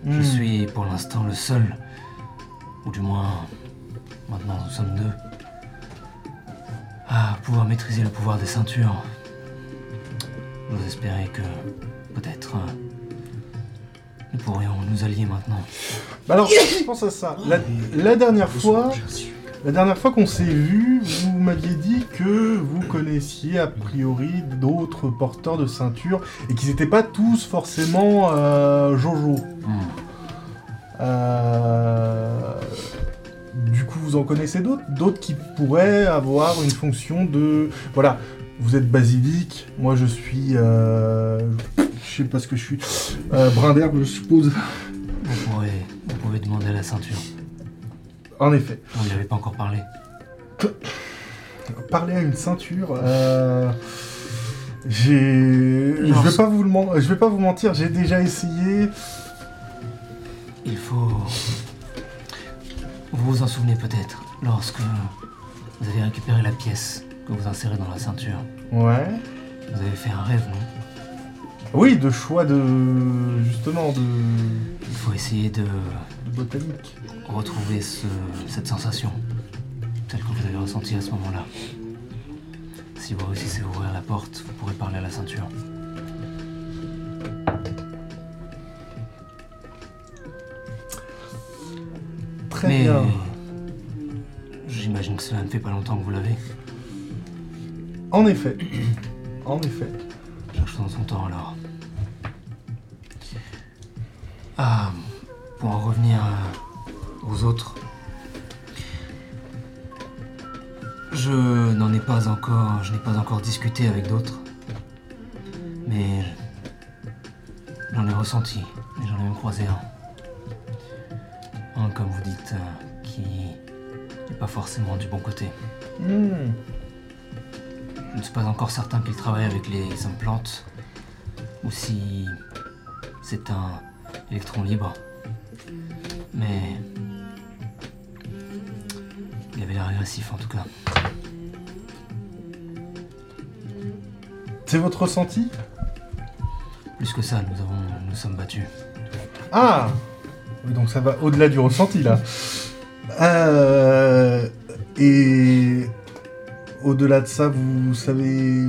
Hmm. Je suis pour l'instant le seul, ou du moins, maintenant nous sommes deux, à pouvoir maîtriser le pouvoir des ceintures. J'ose espérer que, peut-être, euh, nous pourrions nous allier maintenant. Bah alors, je pense à ça. La, la dernière fois, la dernière fois qu'on s'est vu, vous m'aviez dit que vous connaissiez a priori d'autres porteurs de ceinture et qu'ils n'étaient pas tous forcément euh, Jojo. Hmm. Euh, Du coup, vous en connaissez d'autres D'autres qui pourraient avoir une fonction de. Voilà, vous êtes basilic, moi je suis. euh, Je sais pas ce que je suis. Euh, brin d'herbe, je suppose. Vous pourrez, vous pouvez demander à la ceinture. En effet. On n'y avait pas encore parlé. parler à une ceinture. euh, J'ai. Non, Je vais c'est- pas vous le men- je vais pas vous mentir, j'ai déjà essayé. Il faut. Vous vous en souvenez peut-être, lorsque vous avez récupéré la pièce que vous insérez dans la ceinture, Ouais. vous avez fait un rêve, non Oui, de choix de. Justement, de. Il faut essayer de de botanique. retrouver ce- cette sensation, telle que vous avez ressentie à ce moment-là. Si vous réussissez à ouvrir la porte, vous pourrez parler à la ceinture. Très Mais bien. j'imagine que cela ne fait pas longtemps que vous l'avez. En effet. En effet. Cherche dans son temps alors. Ah, pour en revenir euh, aux autres, je n'en ai pas encore, je n'ai pas encore discuté avec d'autres, mais j'en ai ressenti, et j'en ai même croisé un. Un, comme vous dites, euh, qui n'est pas forcément du bon côté. Hmm. Je ne suis pas encore certain qu'il travaille avec les implantes ou si c'est un électron libre. Mais il avait l'air agressif en tout cas. C'est votre ressenti Plus que ça, nous avons, nous sommes battus. Ah Oui, donc ça va au-delà du ressenti là. Euh, et au-delà de ça, vous savez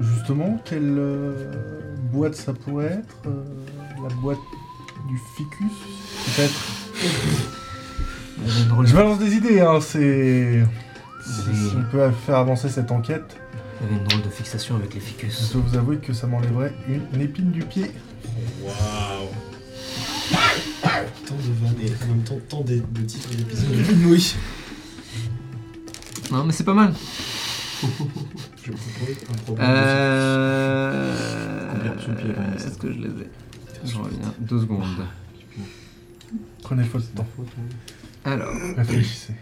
justement quelle euh, boîte ça pourrait être Euh, La boîte du ficus Peut-être. Vous avez une drôle Je de- balance des idées, hein, c'est. Oui. Si on peut faire avancer cette enquête, vous avez une drôle de fixation avec les je ficus. dois vous avouer que ça m'enlèverait une épine du pied. Tant de vannes et en même temps tant de, de titres d'épisodes. Oui. Non, mais c'est pas mal. Je propose un programme. Euh. Combien tu me payes, Vanessa Est-ce que je les ai Je Ah. reviens. Deux secondes. Prenez votre temps, Alors, réfléchissez.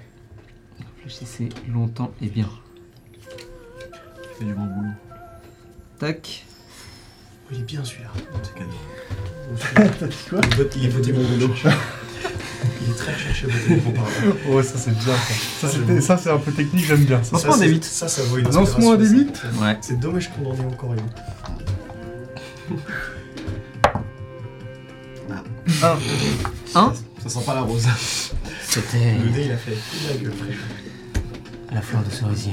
réfléchissez longtemps et bien. Fais du bon boulot. Tac. Il est bien celui-là. C'est canon. T'as dit quoi Il vote- Il est voté bon boulot. Il est très cherché voté bon boulot. Ouais, ça c'est bien ça. Ça, Ça, j'aime c'était- beaucoup. Ça c'est un peu technique, j'aime bien ça. Lance-moi un Ça, D8. c'est- Ça, ça vaut une Lance-moi un inspiration, D8. ça. Ouais. C'est dommage qu'on en ait encore une. Un. Un Ça sent pas la rose. C'était Le dé, il a fait toute la gueule. la fleur de cerisier.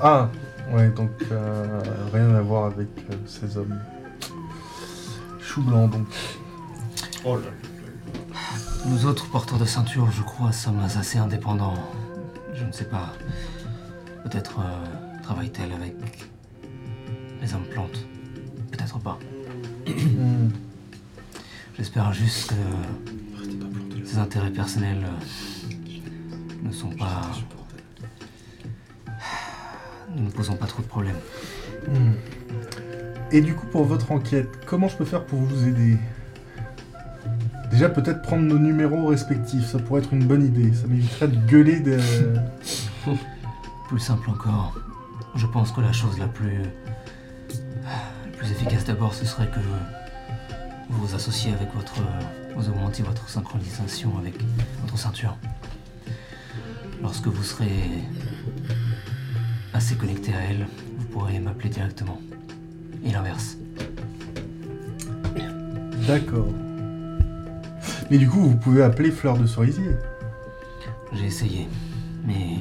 Ah, ouais, donc euh, rien à voir avec euh, ces hommes. Chou blanc, donc. Oh là là. Nous autres porteurs de ceinture, je crois, sommes assez indépendants. Je ne sais pas. Peut-être euh, travaille-t-elle avec les implantes. Peut-être pas. Hmm. J'espère juste que ses intérêts personnels euh, ne sont pas. Ne nous posons pas trop de problèmes. Hmm. Et du coup, pour votre enquête, comment je peux faire pour vous aider Déjà, peut-être prendre nos numéros respectifs, ça pourrait être une bonne idée. Ça m'éviterait de gueuler de. Plus simple encore, je pense que la chose la plus. la plus efficace d'abord, ce serait que vous vous associez avec votre. euh, vous augmentiez votre synchronisation avec votre ceinture. Lorsque vous serez assez connecté à elle, vous pourrez m'appeler directement. Et l'inverse. D'accord. Mais du coup, vous pouvez appeler Fleur de Cerisier. J'ai essayé, mais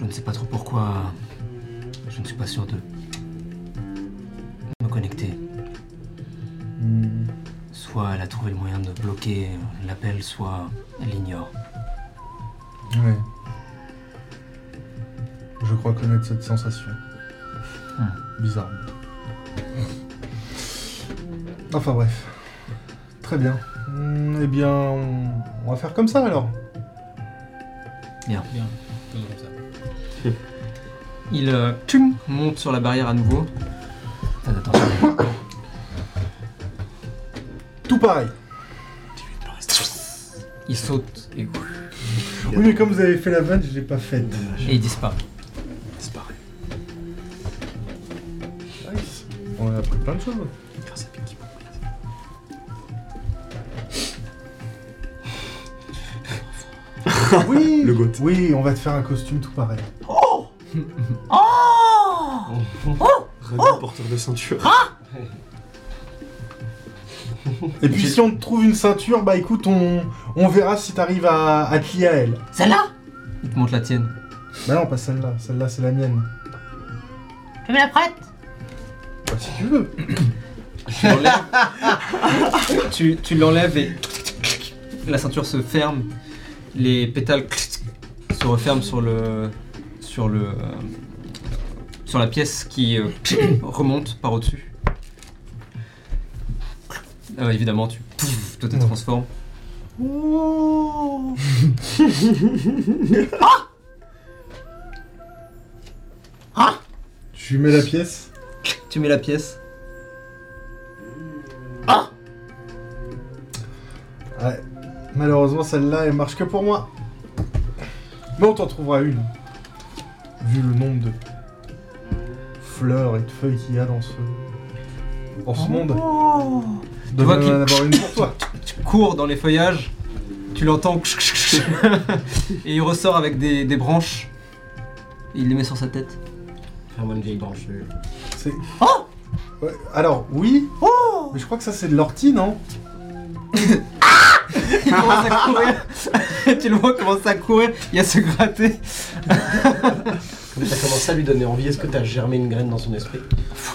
je ne sais pas trop pourquoi. Je ne suis pas sûr de me connecter. Soit elle a trouvé le moyen de bloquer l'appel, soit elle l'ignore. Ouais. Je crois connaître cette sensation. Bizarre. Enfin bref. Très bien. Hmm, eh bien, on... on va faire comme ça alors. Bien. faisons comme ça. Il euh, tum, monte sur la barrière à nouveau. Faites attention. Tout pareil. Il saute et, Oui, mais comme vous avez fait la vanne, je l'ai pas faite. et il disparaît. Nice. On a appris plein de choses. Oui, Le goat. oui, on va te faire un costume tout pareil. Oh, Radio Oh porteur de ceinture. Et puis si on te trouve une ceinture, bah écoute, on, on verra si t'arrives à, à te lier à elle. Celle-là Il te montre la tienne. Bah non, pas celle-là, celle-là c'est la mienne. Tu me la prêtes Bah si tu veux. Tu, tu l'enlèves et la ceinture se ferme. Les pétales se referment sur le sur le euh, sur la pièce qui euh, remonte par au-dessus. Euh, évidemment, tu toi te transformes. Tu lui mets la pièce. Tu mets la pièce. Ouais. Malheureusement, celle-là elle marche que pour moi. Mais on t'en trouvera une. Vu le nombre de fleurs et de feuilles qu'il y a dans ce. dans ce monde. Tu De vois même qu'il- en avoir une pour toi. Tu cours dans les feuillages. Tu l'entends. et il ressort avec des, des branches. Et il les met sur sa tête. Ferme une vieille branche. C'est. Ouais, alors, oui. Oh. Mais je crois que ça, c'est de l'ortie, non Il commence à courir. tu le vois commencer à courir et à se gratter. Comme t'as commencé à lui donner envie, est-ce que t'as germé une graine dans son esprit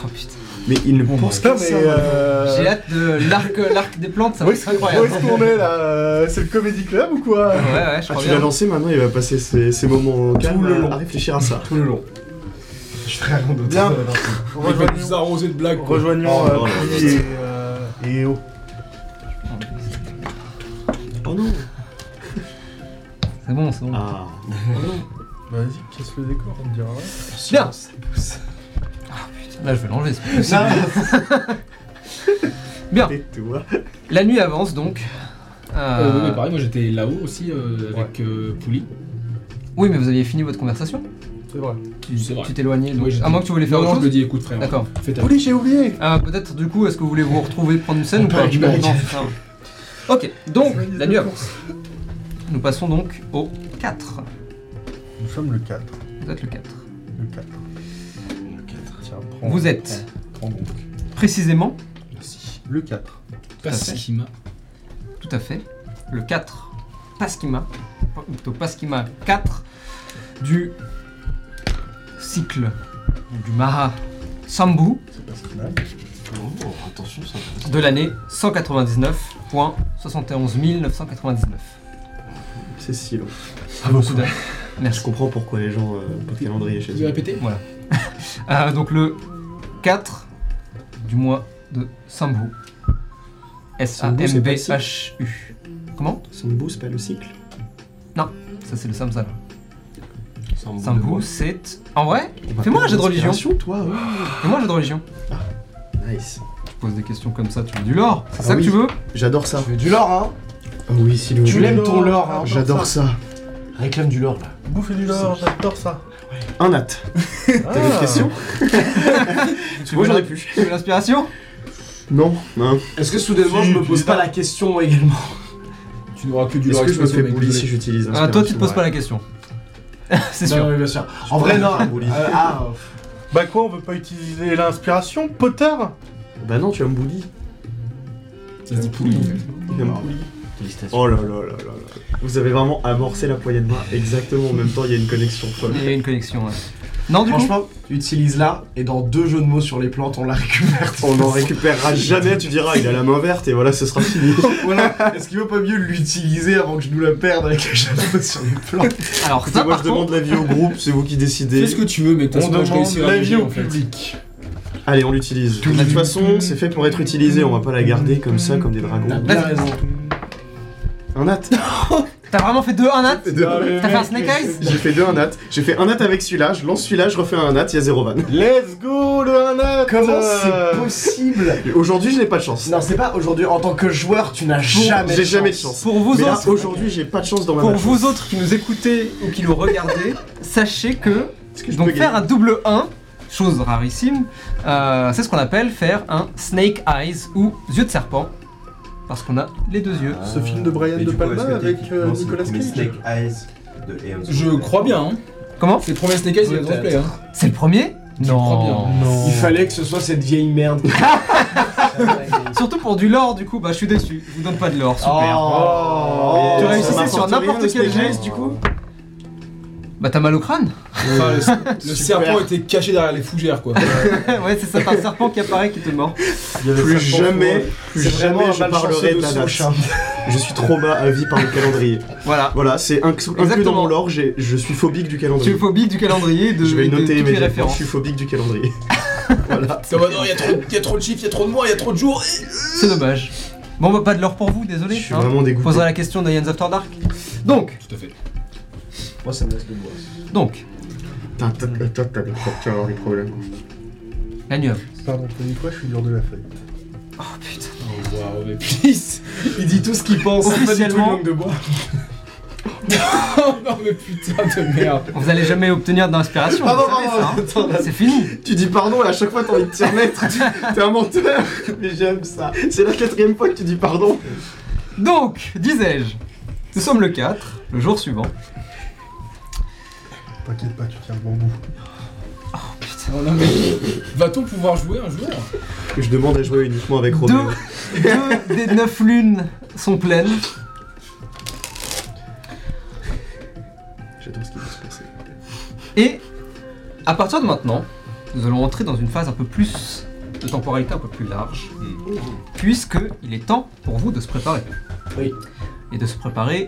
Oh, putain. Mais il ne pense Putain, qu'à mais. ça. euh, J'ai hâte de l'arc, l'arc des plantes, ça Où va est-ce être où incroyable. est-ce qu'on est là euh, C'est le Comedy Club ou quoi Ouais, ouais, Ah, je crois tu l'as bien. lancé, maintenant il va passer ses, ses moments calmes le long. à réfléchir à ça. Tout le long. Je ferai rien d'autre. Bien. Il va Rejoignons, nous arroser de blagues. quoi. rejoignons Oh, euh, non, non, Pili et, euh, Eh et O. Oh non C'est bon, c'est bon. Ah, bah, Vas-y, casse le décor, on dira. Bien Là, je vais l'enlever. c'est pas possible. tais-toi. La nuit avance donc. Euh, Euh, ouais, mais pareil, moi j'étais là-haut aussi euh, avec euh, Pouli. Oui, mais vous aviez fini votre conversation C'est vrai. Tu C'est vrai. tu t'éloignais. donc- Oui, j'étais- à moins que tu voulais faire non, non, autre je chose. me dis, écoute frère, D'accord. fais ta Ouli, Ah, j'ai oublié Euh, peut-être du coup, est-ce que vous voulez vous retrouver, prendre une scène ou pas peut récupérer. Non, c'est ça. Ok, donc la nuit avance. Nous passons donc au 4. Nous sommes le 4. Vous êtes le 4. Le 4. Le 4. Tiens, prends. Vous êtes Prends donc. précisément, Merci. Le 4. Parce fait. qu'il m'a. tout à fait, le 4 Pasquima, ou plutôt Pasquima 4 du cycle ou du Maha Sambu C'est pas ce qu'il a. attention, ça. de l'année 199.71 999. C'est si long. Ah, beaucoup Je Merci. comprends pourquoi les gens euh, pas de calendrier chez Tu veux eux. répéter Voilà. Euh, donc le 4 du mois de Sambu. Sambu, c'est pas le cycle. S-A-M-B-H-U. Comment Sambu, c'est pas le cycle Ça, c'est le Samsara. Sambu. Sambu, c'est. En vrai On va Fais-moi un perdre jeu de religion. l'inspiration, toi hein. ouais. Fais-moi un jeu de religion. Nice. Je pose des questions comme ça, tu veux du lore C'est Ah ça oui. que tu veux J'adore ça. Tu veux du lore, hein Ah oui, si le Tu l'aimes lore, ton lore, hein J'adore ça. Réclame du lore, là. Bouffer du lore, j'adore ça. Ah. Un nat. T'as d'autres questions Tu Moi veux j'en ai l'in- plus. tu veux l'inspiration Non, non. Est-ce que soudainement Si, je me tu pose dis pas non. la question également Tu n'auras que du Est-ce lore que je me expression, fais mec, bully si désolé. j'utilise Ah, un Toi, tu te poses pas la question. c'est Non, sûr. mais bien sûr. En vrai, non. un bully. Euh, ah, euh, Bah quoi, on veut pas utiliser l'inspiration, Potter Bah non, tu as un bouli. Ça se dit poulie. Tu Ah, as un bouli. Oh là là là là là. Vous avez vraiment amorcé la poignée de main exactement en même temps, il y a une connexion folle. Il y a une connexion, ouais. Non, du coup, Franchement, utilise-la et dans deux jeux de mots sur les plantes, on la récupère. On n'en récupérera jamais, tu diras, il a la main verte et voilà, ce sera fini. Voilà. Est-ce qu'il vaut pas mieux l'utiliser avant que je nous la perde avec la chapeau sur les plantes alors Écoutez, ça, moi par je contre, demande l'avis au groupe, c'est vous qui décidez. Fais ce que tu veux, mais de toute On façon, moi, je demande réussirai à l'avis manger, au en fait. public. Allez, on l'utilise. De toute façon, c'est fait pour être utilisé, on va pas la garder comme ça, comme des Bah, T'as dragons. bien raison. Un nat t'as vraiment fait deux, un at Deux. T'as fait un Snake Eyes J'ai fait deux un nat. J'ai fait un nat avec celui-là, je lance celui-là, je refais un nat, il y a zéro van. Let's go, le Euh, 1 up Comment c'est possible Et Aujourd'hui, je n'ai pas de chance. Non, c'est pas aujourd'hui. En tant que joueur, tu n'as jamais. J'ai de jamais de chance. chance. Pour vous Mais là, autres, aujourd'hui, j'ai pas de chance dans ma pour match. vous autres qui nous écoutez ou qui nous regardez, sachez que Est-ce que je donc peux faire gagner un double 1, chose rarissime, euh, c'est ce qu'on appelle faire un snake eyes ou yeux de serpent, parce qu'on a les deux yeux. Ce film de Brian Mais De du coup, est-ce Palma que avec euh, techniquement, c'est Nicolas le premier Cage. Snake Eyes de Aeon Je crois bien, hein. Comment C'est le premier Snake Eyes, il a Peut-être. gameplay, hein. C'est le premier Je crois bien. Il fallait que ce soit cette vieille merde. hein. Surtout pour du lore du coup, bah je suis déçu, je vous donne pas de lore, super. Ah. Oh. tu Oh. ça réussissais sur m'apporte rien, n'importe le quel snake geste du coup Bah t'as mal au crâne Enfin, le, le serpent était caché derrière les fougères, quoi. Ouais c'est ça, t'as un serpent qui apparaît qui te mord. Plus jamais, plus C'est vraiment un jamais je malchanceux parlerai de la dessous, date. chat. Je suis trauma à vie par le calendrier. Voilà. Voilà, c'est inc- inclus Exactement. dans mon lore, j'ai- je suis phobique du Tu calendrier. es phobique du calendrier, de, Je vais de noter toutes les immédiatement, je références. suis phobique du calendrier. Ça va, non, il y, a trop- il y a trop de chiffres, il y a trop de mois, il y a trop de jours. C'est dommage. Bon bah pas de lore pour vous, désolé. Je suis hein. vraiment dégoûté. Posera la question d'Aliens After Dark. Donc, Tout à fait. Moi, ça me laisse de bois. donc, T'as t'as- t'as- t'as- t'as avoir des problèmes. la nuage. Pardon, t'as dit quoi Je suis dur de la feuille. Oh putain. Oh, waouh, mais please. Il dit tout ce qu'il pense. Officiellement, de bois. Oh non, mais putain de merde. vous allez jamais obtenir d'inspiration. Ah vous non, savez non, ça, hein. attends, là, C'est fini. Tu dis pardon et à chaque fois t'as envie de t'y remettre. Tu- T'es un menteur. Mais j'aime ça. C'est la quatrième fois que tu dis pardon. Donc, disais-je, nous sommes le 4, le jour suivant. T'inquiète pas, tu tiens le bon bout. Oh, non, mais va-t-on pouvoir jouer un jour Je demande à jouer uniquement avec Roméo. Deux, deux des neuf lunes sont pleines. J'adore ce qui va se passer. Et à partir de maintenant, nous allons entrer dans une phase un peu plus de temporalité un peu plus large, Mm-hmm. puisque il est temps pour vous de se préparer. Oui. Et de se préparer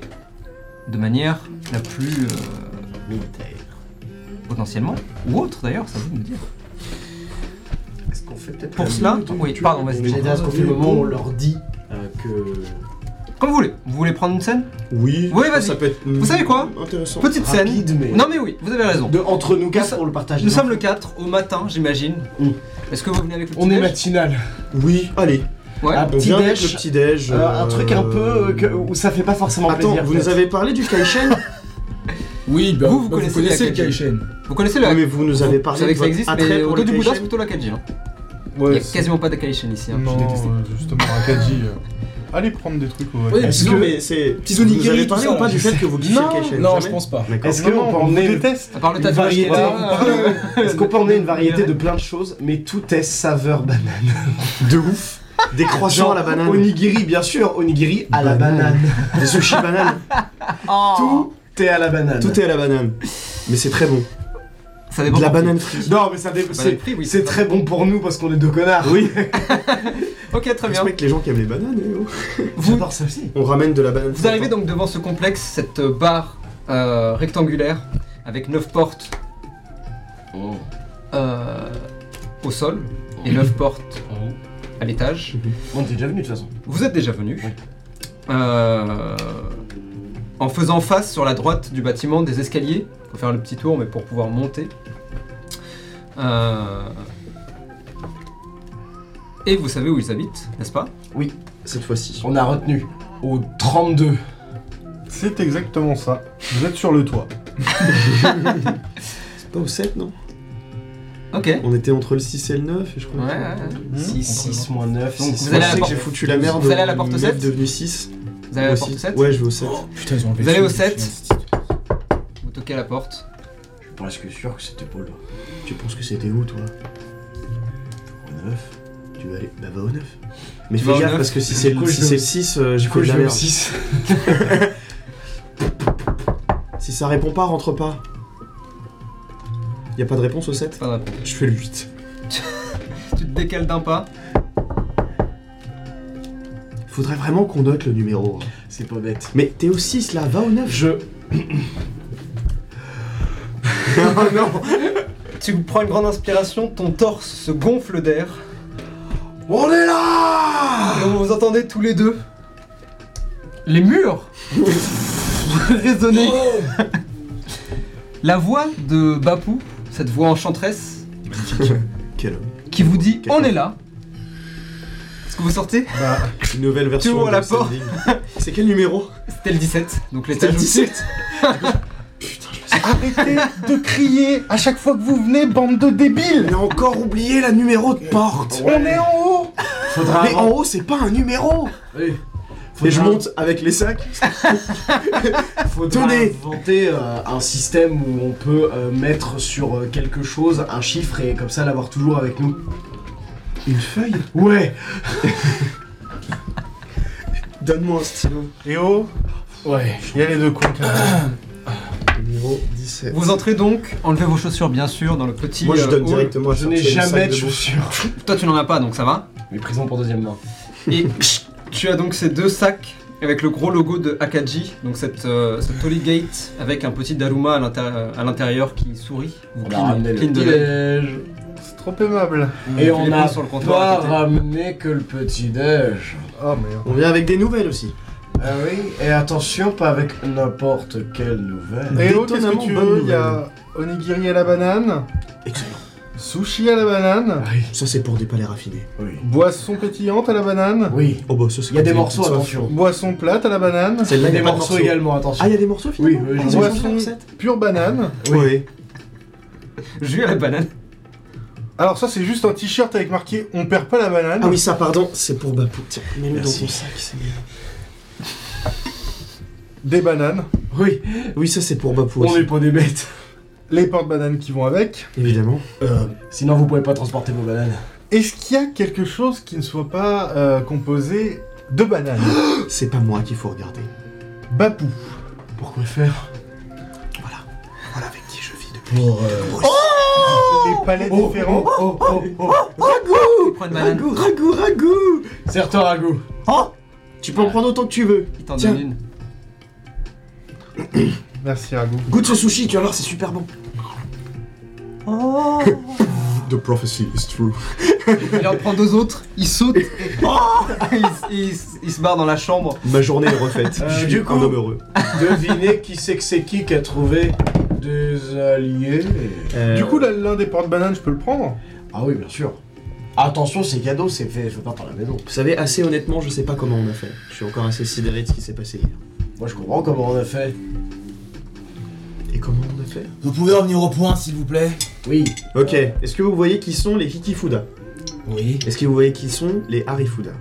de manière la plus euh, potentiellement ou autre d'ailleurs, ça vous de me dire. Est-ce qu'on fait peut-être Pour la cela, minute oui, où tu- pardon, vas-y. J'allais dire, est-ce qu'on fait le moment où on leur dit euh, que. Comme vous voulez. Vous voulez prendre une scène Oui. Oui, vas-y. Ça peut être. Vous savez quoi Intéressant. Petite scène. Rapide, mais- Non mais oui, vous avez raison. De entre nous Nous quatre so- pour le partage. Nous des sommes infos. le 4 au matin, j'imagine. Mm. Est-ce que vous venez avec le On est petit-déj matinal. Oui. Allez. Ouais. Un On petit vient avec le déj. petit déj. euh, un truc un peu euh, que- où ça fait pas forcément Attends, plaisir. vous nous peut-être. avez parlé du Kaishen Oui, bah, Vous, vous bah, connaissez connaissez la le Kaishen. Vous connaissez Oui, la... mais vous nous avez parlé Vous savez de que ça votre existe, attrait mais au pour dos le du Bouddha, c'est Kaishen. plutôt la 4G. Hein. Il Ouais, y a quasiment pas d'Akaïchen ici. Hein. non, j'ai détesté. euh, justement, Rakadi. euh, Allez prendre des trucs au Oui, Rakadi. Est-ce Non, que mais- c'est Petits vous nous avez onigiri, parlé tout ou ça, pas là, du je fait que vous kiffiez le Kaishen Non, jamais je pense pas. D'accord. Est-ce que Non, on peut on vous emmener déteste. À part le Une tatouage qui est variété. là, euh, Est-ce qu'on peut emmener une variété de plein de choses, mais tout est saveur banane De ouf Des croissants à la banane, Onigiri, bien sûr, onigiri à la Banane. banane. des sushis bananes, Oh. Tout est à la banane. tout est à la banane. Mais c'est très bon. Ça dépend. De la pour qui. banane frite. Non, mais ça dé- Banane c'est frite, oui. c'est très bon pour nous parce qu'on est deux connards. Oui, Ok, très je bien. respecte les gens qui aiment les bananes. eh oh. Vous, ça aussi. On ramène de la banane. vous arrivez donc devant ce complexe, cette euh, barre euh, rectangulaire avec 9 portes euh, au sol et 9 portes à l'étage. On était déjà venu de toute façon. Vous êtes déjà venu. Euh, en faisant face sur la droite du bâtiment des escaliers, faut faire le petit tour, mais pour pouvoir monter. Euh, et vous savez où ils habitent, n'est-ce pas Cette fois-ci. On a retenu au 32. C'est exactement ça. Vous êtes sur le toit. C'est pas au 7, non Ok. Ouais, On était entre le 6 et le 9, et je crois. ouais, que- ouais. 6, 6 moins 9. Donc, vous allez Moi, je à la sais que porte- j'ai foutu la merde. Vous allez à la porte au 7? devenu 6. Vous allez à la porte 7 Ouais, je vais au 7. Putain, ils ont enlevé Vous allez le au film. sept Vous toquez à la porte. presque sûr que c'était pas là. Tu penses que c'était où, toi Au 9 Tu vas aller. Bah, va au 9. Mais vas fais au gaffe, neuf parce que si c'est le, coup, je si vais au- c'est le 6, euh, j'ai Du coup, fait je de la vais au merde. 6. Si ça répond pas, rentre pas. Y a pas de réponse au 7 Pas de réponse. Je fais le 8. Tu te décales d'un pas. Faudrait vraiment qu'on note le numéro. hein. C'est pas bête. Mais t'es au 6 là, va au 9. Je. oh non Tu prends une grande inspiration, ton torse se gonfle d'air. On est là Et vous entendez tous les deux les murs résonner. La voix de Bapou, cette voix enchanteresse, Quel homme. qui vous dit On est là. Est-ce que vous sortez Une nouvelle version. ouvres la de Standing. C'est quel numéro C'était le 17, donc C'était l'étage le où- 17 Arrêtez de crier à chaque fois que vous venez, bande de débiles Il a encore oublié la numéro de porte On est en haut Faudra. Mais en haut, c'est pas un numéro Oui. Et je monte avec les sacs. Faudra Tenez. inventer euh, un système où on peut euh, mettre sur euh, quelque chose un chiffre et comme ça l'avoir toujours avec nous. Une feuille Ouais. Donne-moi un stylo. Et oh Ouais. Il y a les deux cons. Numéro 17. Vous entrez donc, enlevez vos chaussures bien sûr dans le petit. Moi, je euh, donne hall. directement à Je n'ai Sorcier le jamais sac de bouffe. chaussures. Toi tu n'en as pas donc ça va. Mais prison pour deuxième main. Et tu as donc ces deux sacs avec le gros logo de Akaji, donc cette, euh, cette Holy Gate avec un petit Daruma à l'intérieur- à l'intérieur qui sourit. Vous On a cligne- ramené le cligne de petit l'œil. déj. C'est trop aimable. Et Tu on les n'a poses sur le comptoir à pas côté. ramené que le petit déj. Oh merde. On vient avec des nouvelles aussi. Ah oui. Et attention, pas avec n'importe quelle nouvelle. Et oh, qu'est-ce que Étonnamment tu bonne veux Il y a onigiri à la banane, Excellent. sushi à la banane, Ah Oui. Ça, c'est pour des palais raffinés. Oui. boisson pétillante à la banane, Oui. Oh bah, ça, c'est Il y a comme des ça, morceaux, petite soif. attention. boisson plate à la banane, Il y Celle-là, a il des morceaux également, Ah, il attention. y a des morceaux finalement Oui, oui, Ah, oui. ils ont Ouais, changé c'est- la recette. pure banane. Oui. Jus à la banane. Alors ça c'est juste un t-shirt avec marqué on perd pas la banane. Ah oui, ça, pardon, c'est pour Bapou. Tiens, mets-le dans Merci. ton sac, c'est bien. Des bananes, Oui. Oui, ça, c'est pour Bapou On aussi. n'est pas des bêtes. les portes bananes qui vont avec. Évidemment. Euh, Sinon, vous pouvez pas transporter vos bananes. Est-ce qu'il y a quelque chose qui ne soit pas euh, composé de bananes C'est pas moi qu'il faut regarder. Bapou. Pourquoi faire Voilà avec qui je vis depuis. Pour. euh, Les palais différents. oh, oh, oh. Il prend une banane, Ragout, ragout, ragout Serre-toi, Ragout. Oh Tu peux en prendre autant que tu veux. il t'en Tiens. donne une. Merci Ragout. Goûte ce sushi, tu vas voir, c'est super bon. The prophecy is true. Il en prend deux autres, il saute et oh, il, s- il s- il se barre dans la chambre. Ma journée est refaite. Euh, je du suis coup- un homme heureux. Devinez qui c'est que c'est qui qui a trouvé des alliés. euh, Du coup là, l'un des portes bananes je peux le prendre Ah oui, bien sûr. Attention, c'est cadeau, c'est fait, je veux pas par la maison. Vous savez, assez honnêtement, je sais pas comment on a fait. Je suis encore assez sidéré de ce qui s'est passé hier. Moi, je comprends comment on a fait. Et comment on a fait Vous pouvez revenir au point, s'il vous plaît Oui. Ok, est-ce que vous voyez qui sont les Kikifuda Oui, Est-ce que vous voyez qui sont les Harifuda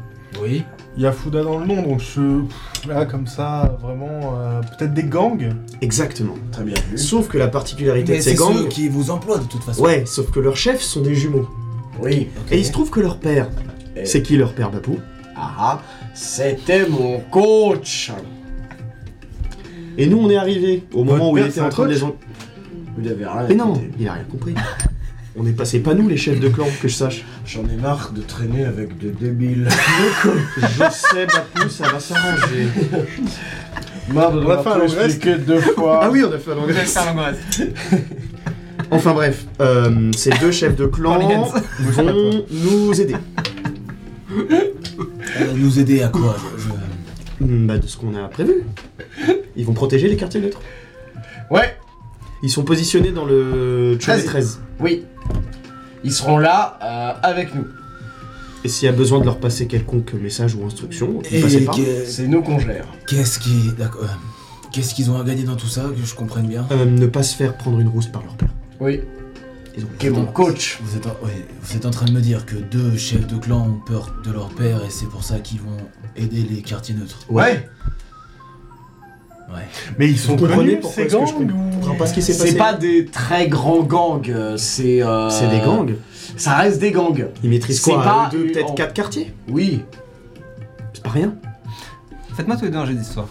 oui. Il y a Fouda dans le nom donc je... Là comme ça vraiment... euh, Peut-être des gangs Exactement. Très bien vu. Sauf que la particularité Mais de ces c'est gangs... ceux qui vous emploient de toute façon. Ouais, sauf que leurs chefs sont des jumeaux. Oui. Et il se trouve que leur père... Et- C'est qui leur père, Bapou Ah ah, c'était mon coach. Et nous, on est arrivés au moment où père, il était c'est un en train de les... coach en- Vous n'avez rien Mais non, écouté. il a rien compris. On est pas... C'est pas nous, les chefs de clan, que je sache. J'en ai marre de traîner avec des débiles. Je sais, Bapou, ça va s'arranger. marre de On a fait un devoir tout long reste. expliquer deux fois. Ah oui, on a fait un anglais. Enfin bref, euh, ces deux chefs de clan vont nous aider. Euh, nous aider à quoi je- je- Hmm, Bah, de ce qu'on a prévu. Ils vont protéger les quartiers neutres. Ouais, Ils sont positionnés dans le Cholet 13. 13. oui. Ils seront là euh, avec nous. Et s'il y a besoin de leur passer quelconque message ou instruction, ils passent Et par. que- C'est nous qu'on gère. qu'est-ce qui. D'accord. euh, Qu'est-ce qu'ils ont à gagner dans tout ça Que je comprenne bien. Euh, ne pas se faire prendre une rousse par leur père. Oui, Ils ont qui est mon coach. Vous êtes, en, ouais, vous êtes en train de me dire que deux chefs de clan ont peur de leur père et c'est pour ça qu'ils vont aider les quartiers neutres. Ouais. Ouais. Mais ils sont Vous comprenez connus, pourquoi ces est-ce que je gangs comprends- ou- comprends pas ce qui s'est passé. C'est pas des très grands gangs, euh, c'est. euh, C'est des gangs. Ça reste des gangs. Ils maîtrisent C'est quoi pas un, deux, une- peut-être en- quatre quartiers Oui. C'est pas rien. Faites-moi tous les deux un jeu d'histoire.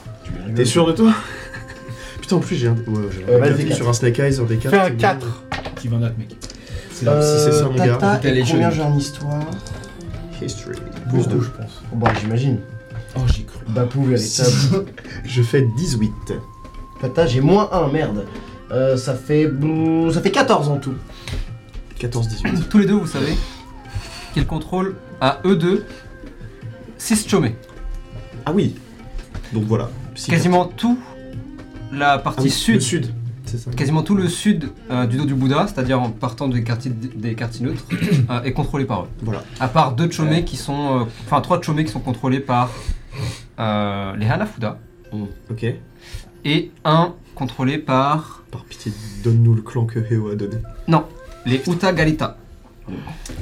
T'es sûr de toi Putain, en plus, j'ai un. Ouais, j'ai Euh, un vas-y, calcul quatre. sur un Snake Eyes, un des 4. Fais un 4. Qui va en être, mec. Si c'est Euh, ça, mon gars. Tout à et l'échelle. combien j'ai en histoire History. Plus Beaucoup. je pense. Bon, bah, j'imagine. Bah, Oh, j'y cru. Bapou, elle est stable. Je fais 18. Tata, j'ai moins 1, merde. Euh, ça fait. bouh, Ça fait 14 en tout. 14, 18. Tous les deux, vous savez qu'ils contrôlent à eux deux 6 chômés. Ah oui. Donc voilà. Six Quasiment tout la quartiers. Ah partie oui, sud le sud. C'est ça. quasiment tout le sud euh, du dos du Bouddha, c'est-à-dire en partant des quartiers, des quartiers neutres, euh, est contrôlé par eux. Voilà. À part deux Chomé qui sont, euh, enfin trois Chomé qui sont contrôlés par euh, les Hanafuda Ok. et un contrôlé par Par pitié, donne-nous le clan que Heo a donné. les Utagarita,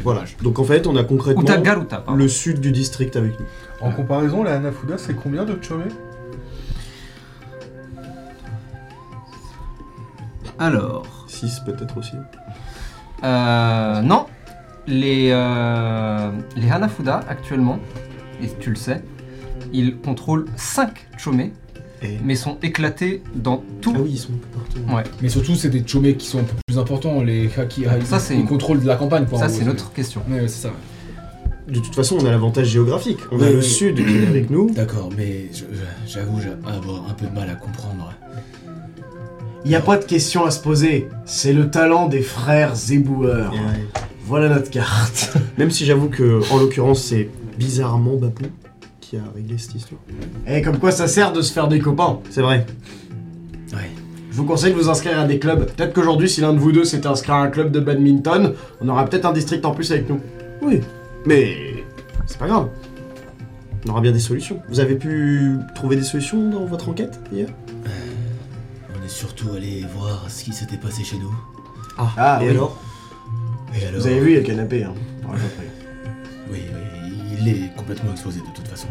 Voilà. Donc en fait, on a concrètement Utagaruta. pardon. le sud du district avec nous. En comparaison, la Hanafuda, c'est combien de chômés Alors, 6 peut-être aussi. euh, non, les euh, les Hanafuda actuellement, et tu le sais, ils contrôlent 5 Chomé, Et... mais sont éclatés dans tout Ah oui, ils sont un peu partout. Ouais. Mais surtout, c'est des chômés qui sont un peu plus importants, les haki Ça, c'est- Ils contrôlent de la campagne, quoi. en Ça, gros, c'est notre question. Ouais, ouais, c'est ça. De toute façon, on a l'avantage géographique. On a Oui, le oui. sud qui est avec nous. D'accord, mais je- je- j'avoue, j'ai avoir un peu de mal à comprendre. Y a pas de question à se poser. C'est le talent des frères éboueurs. Ouais. Voilà notre carte. Même si j'avoue que, en l'occurrence, c'est bizarrement Bapou qui a réglé cette histoire. Et Eh, comme quoi ça sert de se faire des copains. C'est vrai. Je vous conseille de vous inscrire à des clubs. Peut-être qu'aujourd'hui, si l'un de vous deux s'était inscrit à un club de badminton, on aura peut-être un district en plus avec nous. Oui. Mais c'est pas grave. On aura bien des solutions. Vous avez pu trouver des solutions dans votre enquête hier On est surtout allé voir ce qui s'était passé chez nous. Ah, Ah, et oui. alors Et alors Vous avez vu, il y a le canapé, hein. Par exemple, oui. Oui, oui, il est complètement exposé de toute façon.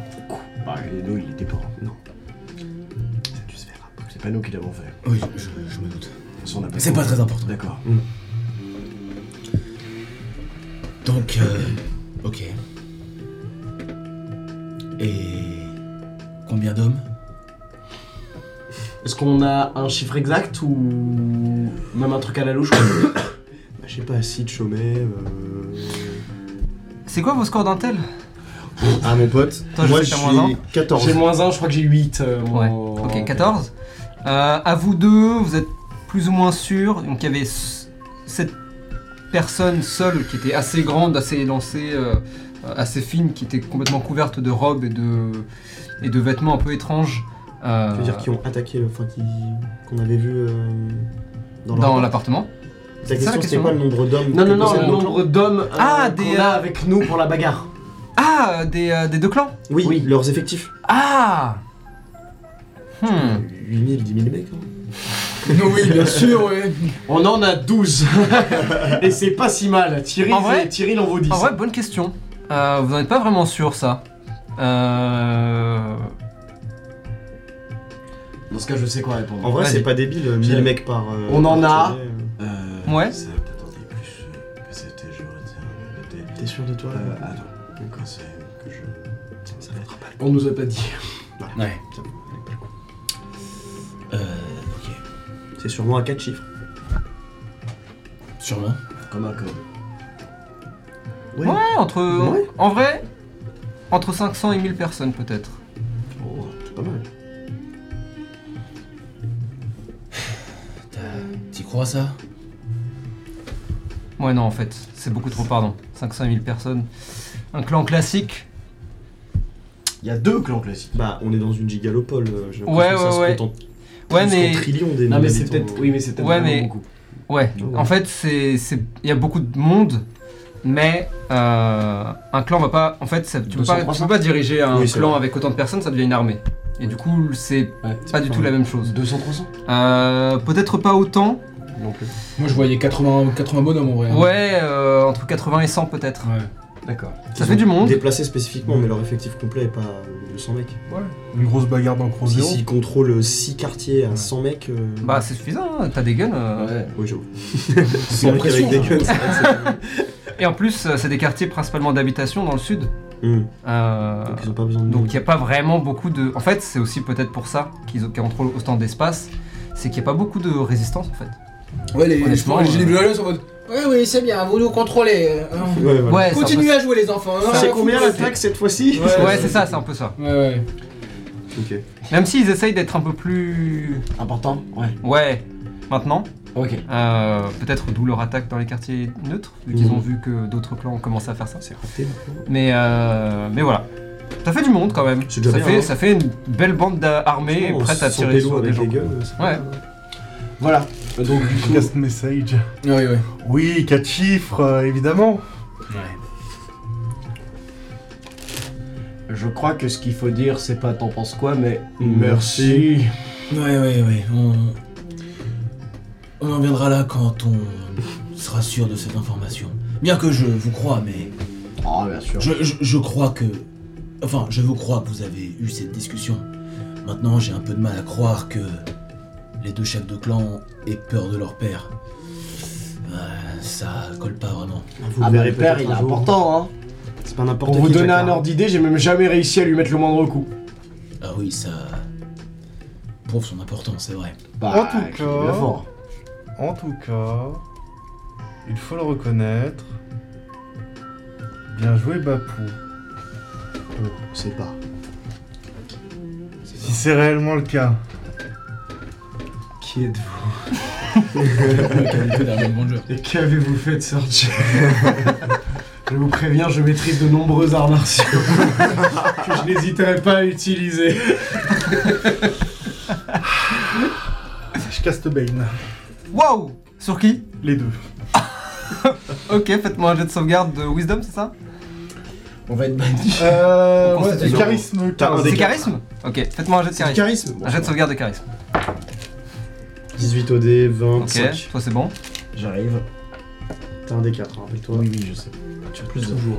Bah, et nous, il était pas. Ça a dû se faire après. C'est pas nous qui l'avons fait. De Oui, je, je- je me doute. toute façon, on a pas C'est pas très important. Mm. D'accord. Donc, euh, ok. Et combien d'hommes Est-ce qu'on a un chiffre exact ou même un truc à la louche quoi Bah, je sais pas, si Chomé. Euh... C'est quoi vos scores d'intel Ah, mon pote. Toi, je Moi, sais je que t'as moins Ah. suis J'ai 14. moins 1, je crois que j'ai euh, 8. Ouais. Oh, Ok, 14. Euh, à vous deux, vous êtes plus ou moins sûrs. Donc il y avait s- cette personne seule qui était assez grande, assez élancée, euh, euh, assez fine, qui était complètement couverte de robes et de, et de vêtements un peu étranges. euh, Je veux dire, qui ont attaqué le. Enfin, qui. qu'on avait vu. euh, Dans, leur- dans l'appartement. Ta ça, la question, question. c'était pas le nombre d'hommes. Non, non, non, C'est le le nombre- nombre d'hommes euh, Ah, des, qu'on a euh, avec nous pour la bagarre. Ah, euh, des, euh, des deux clans Oui, Oui. leurs effectifs. Ah Hmm. 8000, 10 000 mecs. hein. oui, bien sûr, ouais. On en a 12. Et c'est pas si mal. Thierry, En vrai- Thierry, on vous dit En ça. vrai, bonne question. Euh, vous n'en êtes pas vraiment sûr, ça. Euh... Dans ce cas, je sais quoi répondre. En vrai, Vas-y. c'est pas débile, euh, J'ai- 1000 mecs par. euh, On en par a- tournée, Euh, Ouais. Ça va peut-être en dire plus. euh, mais C'était, je retiens. euh. T'es sûr de toi là Euh, attends. Quand c'est que je. Tiens, ça va être pas On nous a pas dit. Ouais. Euh, ok. C'est sûrement à 4 chiffres. Sûrement. Comme un code. Ouais, entre. En vrai, entre 500 et 1000 personnes, peut-être. Oh, c'est pas mal. T'as- T'y crois ça Ouais, non, en fait, c'est beaucoup trop, pardon. 500 et 1000 personnes. Un clan classique. Il y a deux clans classiques. Bah, on est dans une gigalopole. euh, J'ai l'impression Ouais, que ça ouais, se ouais. compte en Ouais, plus mais. qu'en trillion des Non, mais c'est habitants. peut-être. Oui, mais c'est peut-être Ouais, vraiment mais- beaucoup. Ouais, Ouais. en fait, c'est. c'est- Il y a beaucoup de monde, mais. euh, un clan va pas. En fait, ça- tu, peux 200, pas, tu peux pas diriger un Oui, c'est clan vrai. avec autant de personnes, ça devient une armée. Et du coup, c'est Ouais. pas du tout la même chose. 200, 300 Euh, peut-être pas autant, Non plus. Moi, je voyais 80, 80 bonhommes en vrai. hein. Ouais, euh, entre 80 et 100 peut-être. Ouais. D'accord. Ça fait du monde. Déplacé spécifiquement, mais leur effectif complet est pas euh, 200 mecs. Une grosse bagarre dans Pro Si Zero. s'ils contrôlent 6 quartiers à 100 mecs. euh, Bah, c'est suffisant, hein, t'as des guns. euh, Ouais. Oui, j'avoue. 100 mecs avec pression, des hein. guns, c'est vrai que Et en plus, euh, c'est des quartiers principalement d'habitation dans le sud. c'est. Hmm. Euh, Donc ils ont pas besoin de. donc il n'y a pas vraiment beaucoup de. En fait, c'est aussi peut-être pour ça qu'ils ont- qu'ils contrôlent autant d'espace. C'est qu'il n'y a pas beaucoup de résistance en fait. Ouais, les, les, Honnêtement, les gilets euh, bleu sont en mode. Ouais, oui, c'est bien, vous nous contrôlez. euh, Ouais, voilà. Ouais, c'est un peu Continuez à jouer, les enfants. hein, C'est on combien fout- la taxe cette fois-ci ça. Ouais, Ouais, c'est ça, c'est un peu ça. Ouais, ouais. Ok. Même s'ils essayent d'être un peu plus. Important Ouais. Ouais, maintenant. Ok. Euh, peut-être d'où leur attaque dans les quartiers neutres, vu Mhm. qu'ils ont vu que d'autres clans ont commencé à faire ça. C'est raté maintenant. Mais, euh, mais voilà. Ça fait du monde quand même. C'est déjà ça, bien, fait, hein. ça fait une belle bande d'a- armée On prête à sent tirer des sur lots des avec gens. les guns, c'est Ouais. pas- Voilà. Euh, Donc, du coup, Cast message. Ouais, ouais. Oui, quatre chiffres, euh, évidemment. je crois que ce qu'il faut dire, c'est pas t'en penses quoi, mais. Merci. Ouais, ouais, ouais. On... on en viendra là quand on sera sûr de cette information. Bien que je vous crois, mais Ah, bien sûr. je, je- je crois que. Enfin, je vous crois que vous avez eu cette discussion. Maintenant, j'ai un peu de mal à croire que les deux chefs de clan aient peur de leur père. Euh, ça colle pas vraiment. Vous Ah, le bah, verrez le père, peut-être il est un jour. important, hein. C'est pas n'importe Pour vous qui, donner Jacquard. un ordre d'idée, j'ai même jamais réussi à lui mettre le moindre coup. Ah oui, ça. prouve son importance, c'est vrai. Bah, En tout je cas. l'ai bien fort. En tout cas, il faut le reconnaître. Bien joué, Bapou. Bon, c'est pas. Si c'est réellement le cas. Qui êtes-vous Et qu'avez-vous fait de sortir Je vous préviens, je maîtrise de nombreux arts martiaux que je n'hésiterai pas à utiliser. Je caste Bane. Waouh Sur qui Les deux. Ok, faites-moi un jet de sauvegarde de Wisdom, c'est ça On va être banni. Euh. On ouais, constitue- charisme, T'as Ah, un quinze. des C'est quatre. charisme Ok, faites-moi un jet de C'est du charisme. charisme Bon, Un jet de sauvegarde de charisme. 18 OD, Ok, 25. toi c'est bon. J'arrive. T'as un des 4, rappelle-toi. Oui, oui, je sais. tu as plus toujours.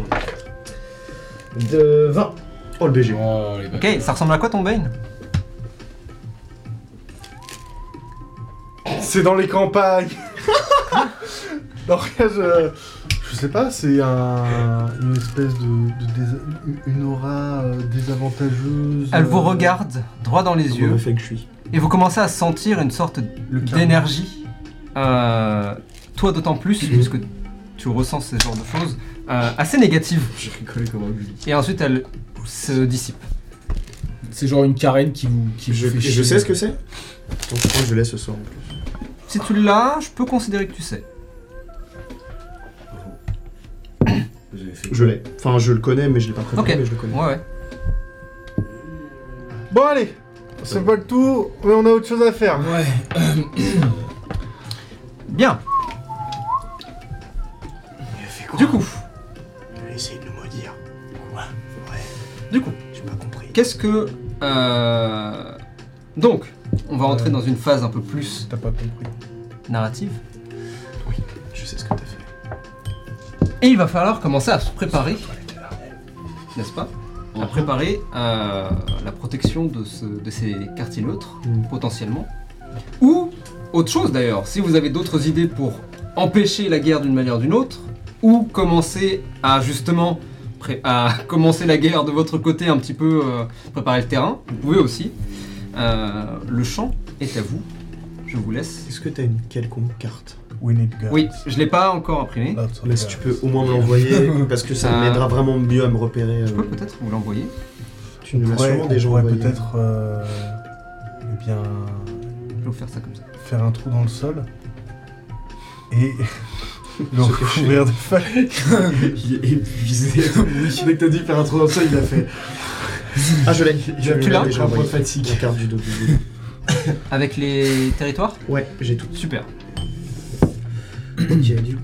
De 20. Oh le BG. Ok, ça ressemble à quoi ton Bane C'est dans les campagnes. non, rien, je... je sais pas, c'est un... une espèce de, de dés- une aura euh, désavantageuse. Elle vous euh, regarde droit dans ah les yeux Le fait que je suis. et vous commencez à sentir une sorte le karma. d'énergie. Euh, toi d'autant plus, puisque tu ressens ce genre de choses, euh, assez négatives. J'ai rigolé comme un bully. Et ensuite elle se dissipe. C'est genre une carène qui vous, qui Je, je sais ce que c'est Donc, Je crois que je l'ai ce soir en plus. Si tu l'as, je peux considérer que tu sais. Je l'ai. Enfin, je le connais, mais je l'ai pas préparé, Ok. mais je le connais. Ouais, ouais. Bon, allez, c'est pas le tout, mais on a autre chose à faire. Ouais. Bien. Du coup, Essayez de le maudire. du coup, J'ai pas compris. qu'est-ce que... euh, Donc, on va Euh. rentrer dans une phase un peu plus T'as pas compris. narrative. Je sais ce que t'as fait. Et il va falloir commencer à se préparer, n'est-ce pas À préparer euh, la protection de, ce- de ces quartiers neutres, Mhm. potentiellement. Ou autre chose d'ailleurs, si vous avez d'autres idées pour empêcher la guerre d'une manière ou d'une autre, ou commencer à justement pré- à commencer la guerre de votre côté un petit peu, euh, préparer le terrain, vous pouvez aussi. Euh, le champ est à vous, je vous laisse. Est-ce que t'as une quelconque carte We need guns. Oui, je l'ai pas encore imprimé. Lots of Mais si guns. tu peux au moins me l'envoyer, parce que ça Euh, m'aidera vraiment mieux à me repérer. Je euh, peux peut-être vous l'envoyer. Tu nous l'as Ouais, sûrement déjà on pourrait envoyé. peut-être. euh, eh bien. Je vais vous faire ça comme ça. faire un trou dans le sol. Et. le Se cacher. recouvrir de feuilles. Il est épuisé. Dès que t'as dit faire un trou dans ça, il l'a fait. ah, je l'ai. Je Tu l'as l'ai Un déjà peu de envoyé. fatigue. La carte du dos du dos. Avec les territoires Ouais, j'ai tout. Super. Ok, du coup.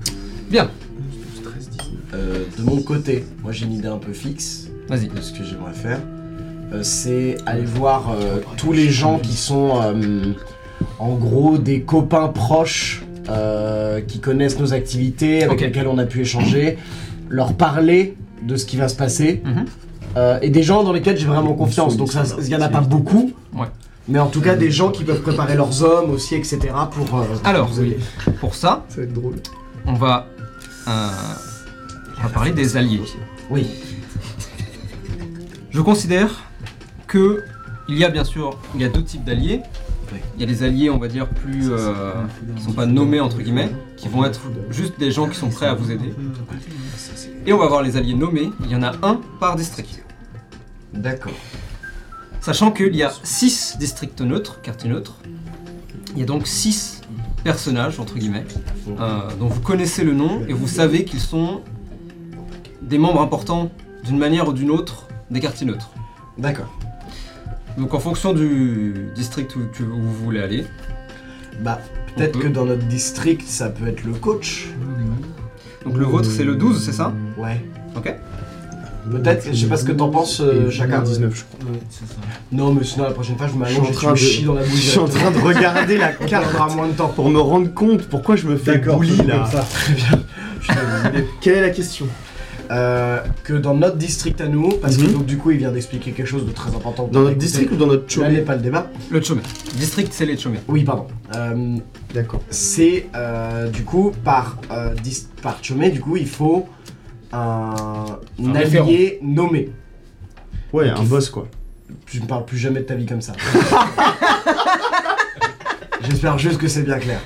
Bien. 11, 13, 19. Euh, de mon côté, moi j'ai une idée un peu fixe. Vas-y. de ce que j'aimerais faire, euh, c'est aller voir euh, tous les gens qui sont euh, en gros des copains proches euh, qui connaissent nos activités, avec Ok. lesquels on a pu échanger, leur parler de ce qui va se passer Mhm. euh, et des gens dans lesquels j'ai vraiment confiance. Donc ça, il y en a pas beaucoup. Ouais. Mais en tout cas, des gens qui peuvent préparer leurs hommes aussi, etc. pour. euh, Alors, vous aider. Pour ça, Ça va être drôle. on va, euh, on va parler des alliés. Oui. Je considère que il y a bien sûr, il y a deux types d'alliés. Il y a des alliés, on va dire, plus euh, qui sont pas nommés entre guillemets, qui vont être juste des gens qui sont prêts à vous aider. Et on va avoir les alliés nommés. Il y en a un par district. D'accord. Sachant qu'il y a 6 districts neutres, quartiers neutres, il y a donc 6 personnages, entre guillemets, Mmh. euh, dont vous connaissez le nom et vous savez qu'ils sont des membres importants d'une manière ou d'une autre des quartiers neutres. D'accord. Donc en fonction du district où, tu- où vous voulez aller, Bah, peut-être On que peut. dans notre district, ça peut être le coach. donc le vôtre c'est le 12, c'est ça Ouais. Ok. Peut-être, je sais pas ce que t'en penses, euh, chacun. 19, je crois. Non, mais sinon, la prochaine fois, je Je suis m'allonge en et tu train me de- chies dans la Je bouche. suis en train de regarder la On carte perdra moins de temps. pour me rendre compte pourquoi je me fais bully faisons là. comme ça. Très bien. Je suis désolé. Quelle est la question Euh, que dans notre district à nous, parce que Mhm. donc, du coup, il vient d'expliquer quelque chose de très important. Dans notre district ou dans notre show Là n'est pas le débat. Le Chomé. District c'est les Chomé. Oui, pardon. Euh, D'accord. c'est euh, du coup par euh, dis- par chômé, du coup il faut un, allié nommé. Ouais, un boss quoi. Tu ne parles plus jamais de ta vie comme ça. J'espère juste que c'est bien clair.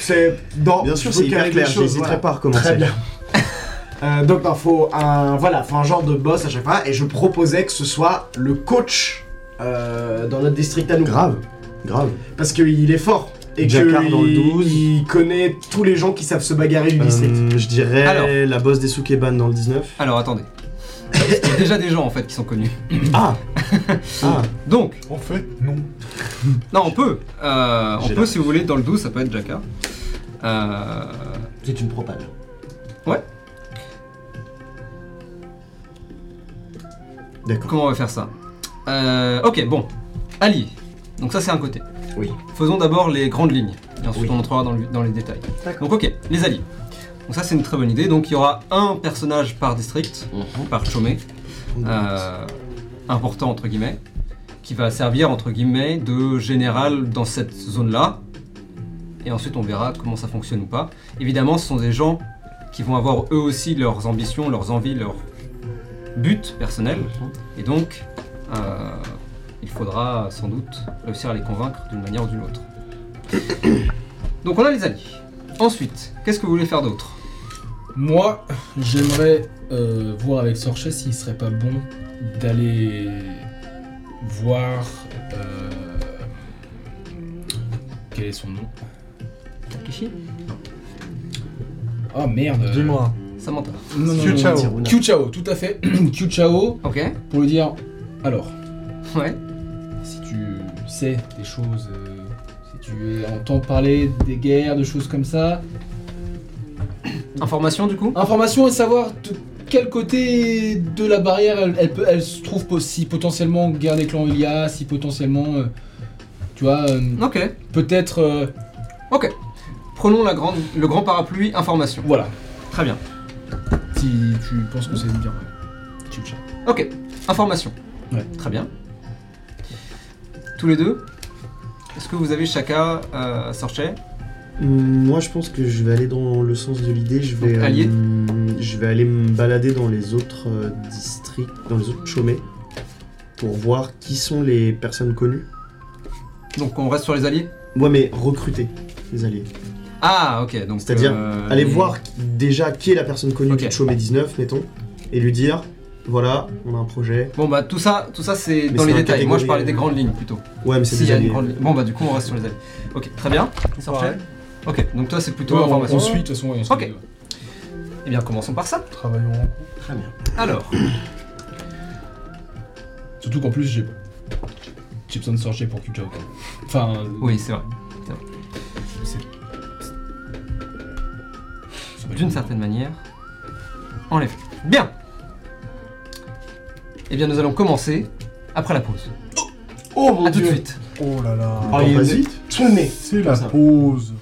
c'est dans Bien sûr, faut c'est Oh, qu'il y ait hyper des clair, choses, j'hésiterai voilà. pas à recommencer. Très bien. Euh, donc il faut un voilà, faut un genre de boss à chaque fois et je proposais que ce soit le coach euh, dans notre district à nous. Grave, grave. Parce qu'il est fort. Et Jacquard que dans le il- 12. il connaît tous les gens qui savent se bagarrer du district. Euh, je dirais Alors. la boss des Sukeban dans le 19. Alors attendez. Il y a déjà des gens en fait qui sont connus. Ah Ah Donc, En fait, non. non on peut. Euh, on J'ai peut la- si vous voulez, dans le 12 ça peut être Jaka. Euh, C'est une propale. D'accord. Comment on va faire ça Euh, Ok, bon. Ali. Donc ça c'est un côté. Oui. Faisons d'abord les grandes lignes. Et ensuite Oui. on entrera dans, le- dans les détails. D'accord. Donc ok, les alliés. Donc ça c'est une très bonne idée. Donc il y aura un personnage par district, Mhm. par chômé, euh, important entre guillemets, qui va servir entre guillemets de général dans cette zone-là. Et ensuite on verra comment ça fonctionne ou pas. Évidemment ce sont des gens qui vont avoir eux aussi leurs ambitions, leurs envies, leurs buts personnels. Et donc, euh, il faudra sans doute réussir à les convaincre d'une manière ou d'une autre. Donc on a les alliés. Ensuite, qu'est-ce que vous voulez faire d'autre Moi, j'aimerais euh, voir avec Sorchet s'il serait pas bon d'aller voir. euh, quel est son nom Takeshi Oh Euh, merde Dis-moi. Samantha. Non, non, non, Kyuchao. non. Kyuchao, tout à fait. Kyuchao, Ok, pour lui dire alors, ouais. si tu sais des choses, euh, si tu entends parler des guerres, de choses comme ça, Information du coup Information et savoir de quel côté de la barrière elle, elle peut- elle se trouve, po- si potentiellement guerre des clans il y a, si potentiellement, euh, tu vois, euh, Ok, peut-être, euh, ok. Prenons la grande, le grand parapluie information. voilà, Très bien. si tu penses que c'est bien, ouais. tu le cherches. Ok, information. Ouais. Très bien. Tous les deux Est-ce que vous avez chacun euh, Sorchet Hum, Moi, je pense que je vais aller dans le sens de l'idée. Je vais, Donc, allié. hum, je vais aller me balader dans les autres euh, districts, dans les autres chômés, pour voir qui sont les personnes connues. Donc on reste sur les alliés Moi, mais recruter les alliés. Ah, ok, donc. C'est-à-dire, euh, Aller les- voir qui- déjà qui est la personne connue Ok. du chômé 19, mettons, et lui dire voilà, on a un projet. Bon bah tout ça, tout ça c'est Mais dans c'est les dans la détails. Moi je catégorie, parlais des euh, grandes lignes plutôt. Ouais, mais c'est S'il des y a une alliés. grande ligne. Bon bah du coup on reste sur les alliés. Ok, très bien. Sorchet Ok, donc toi c'est plutôt Ouais, on, information. on suit de toute façon, ouais, on suit. Ok. Eh bien commençons par ça. Travaillons en couple. Alors, Surtout qu'en plus j'ai j'ai besoin de sortir pour Kyuchao. quoi. Enfin, euh, oui c'est vrai. c'est pas D'une le- certaine manière, enlève. Bien. Eh bien nous allons commencer après la pause. Oh mon A tout de dieu suite. Oh là là. Ah, il y a une- Vas-y. Tsuné. C'est la ça. pause.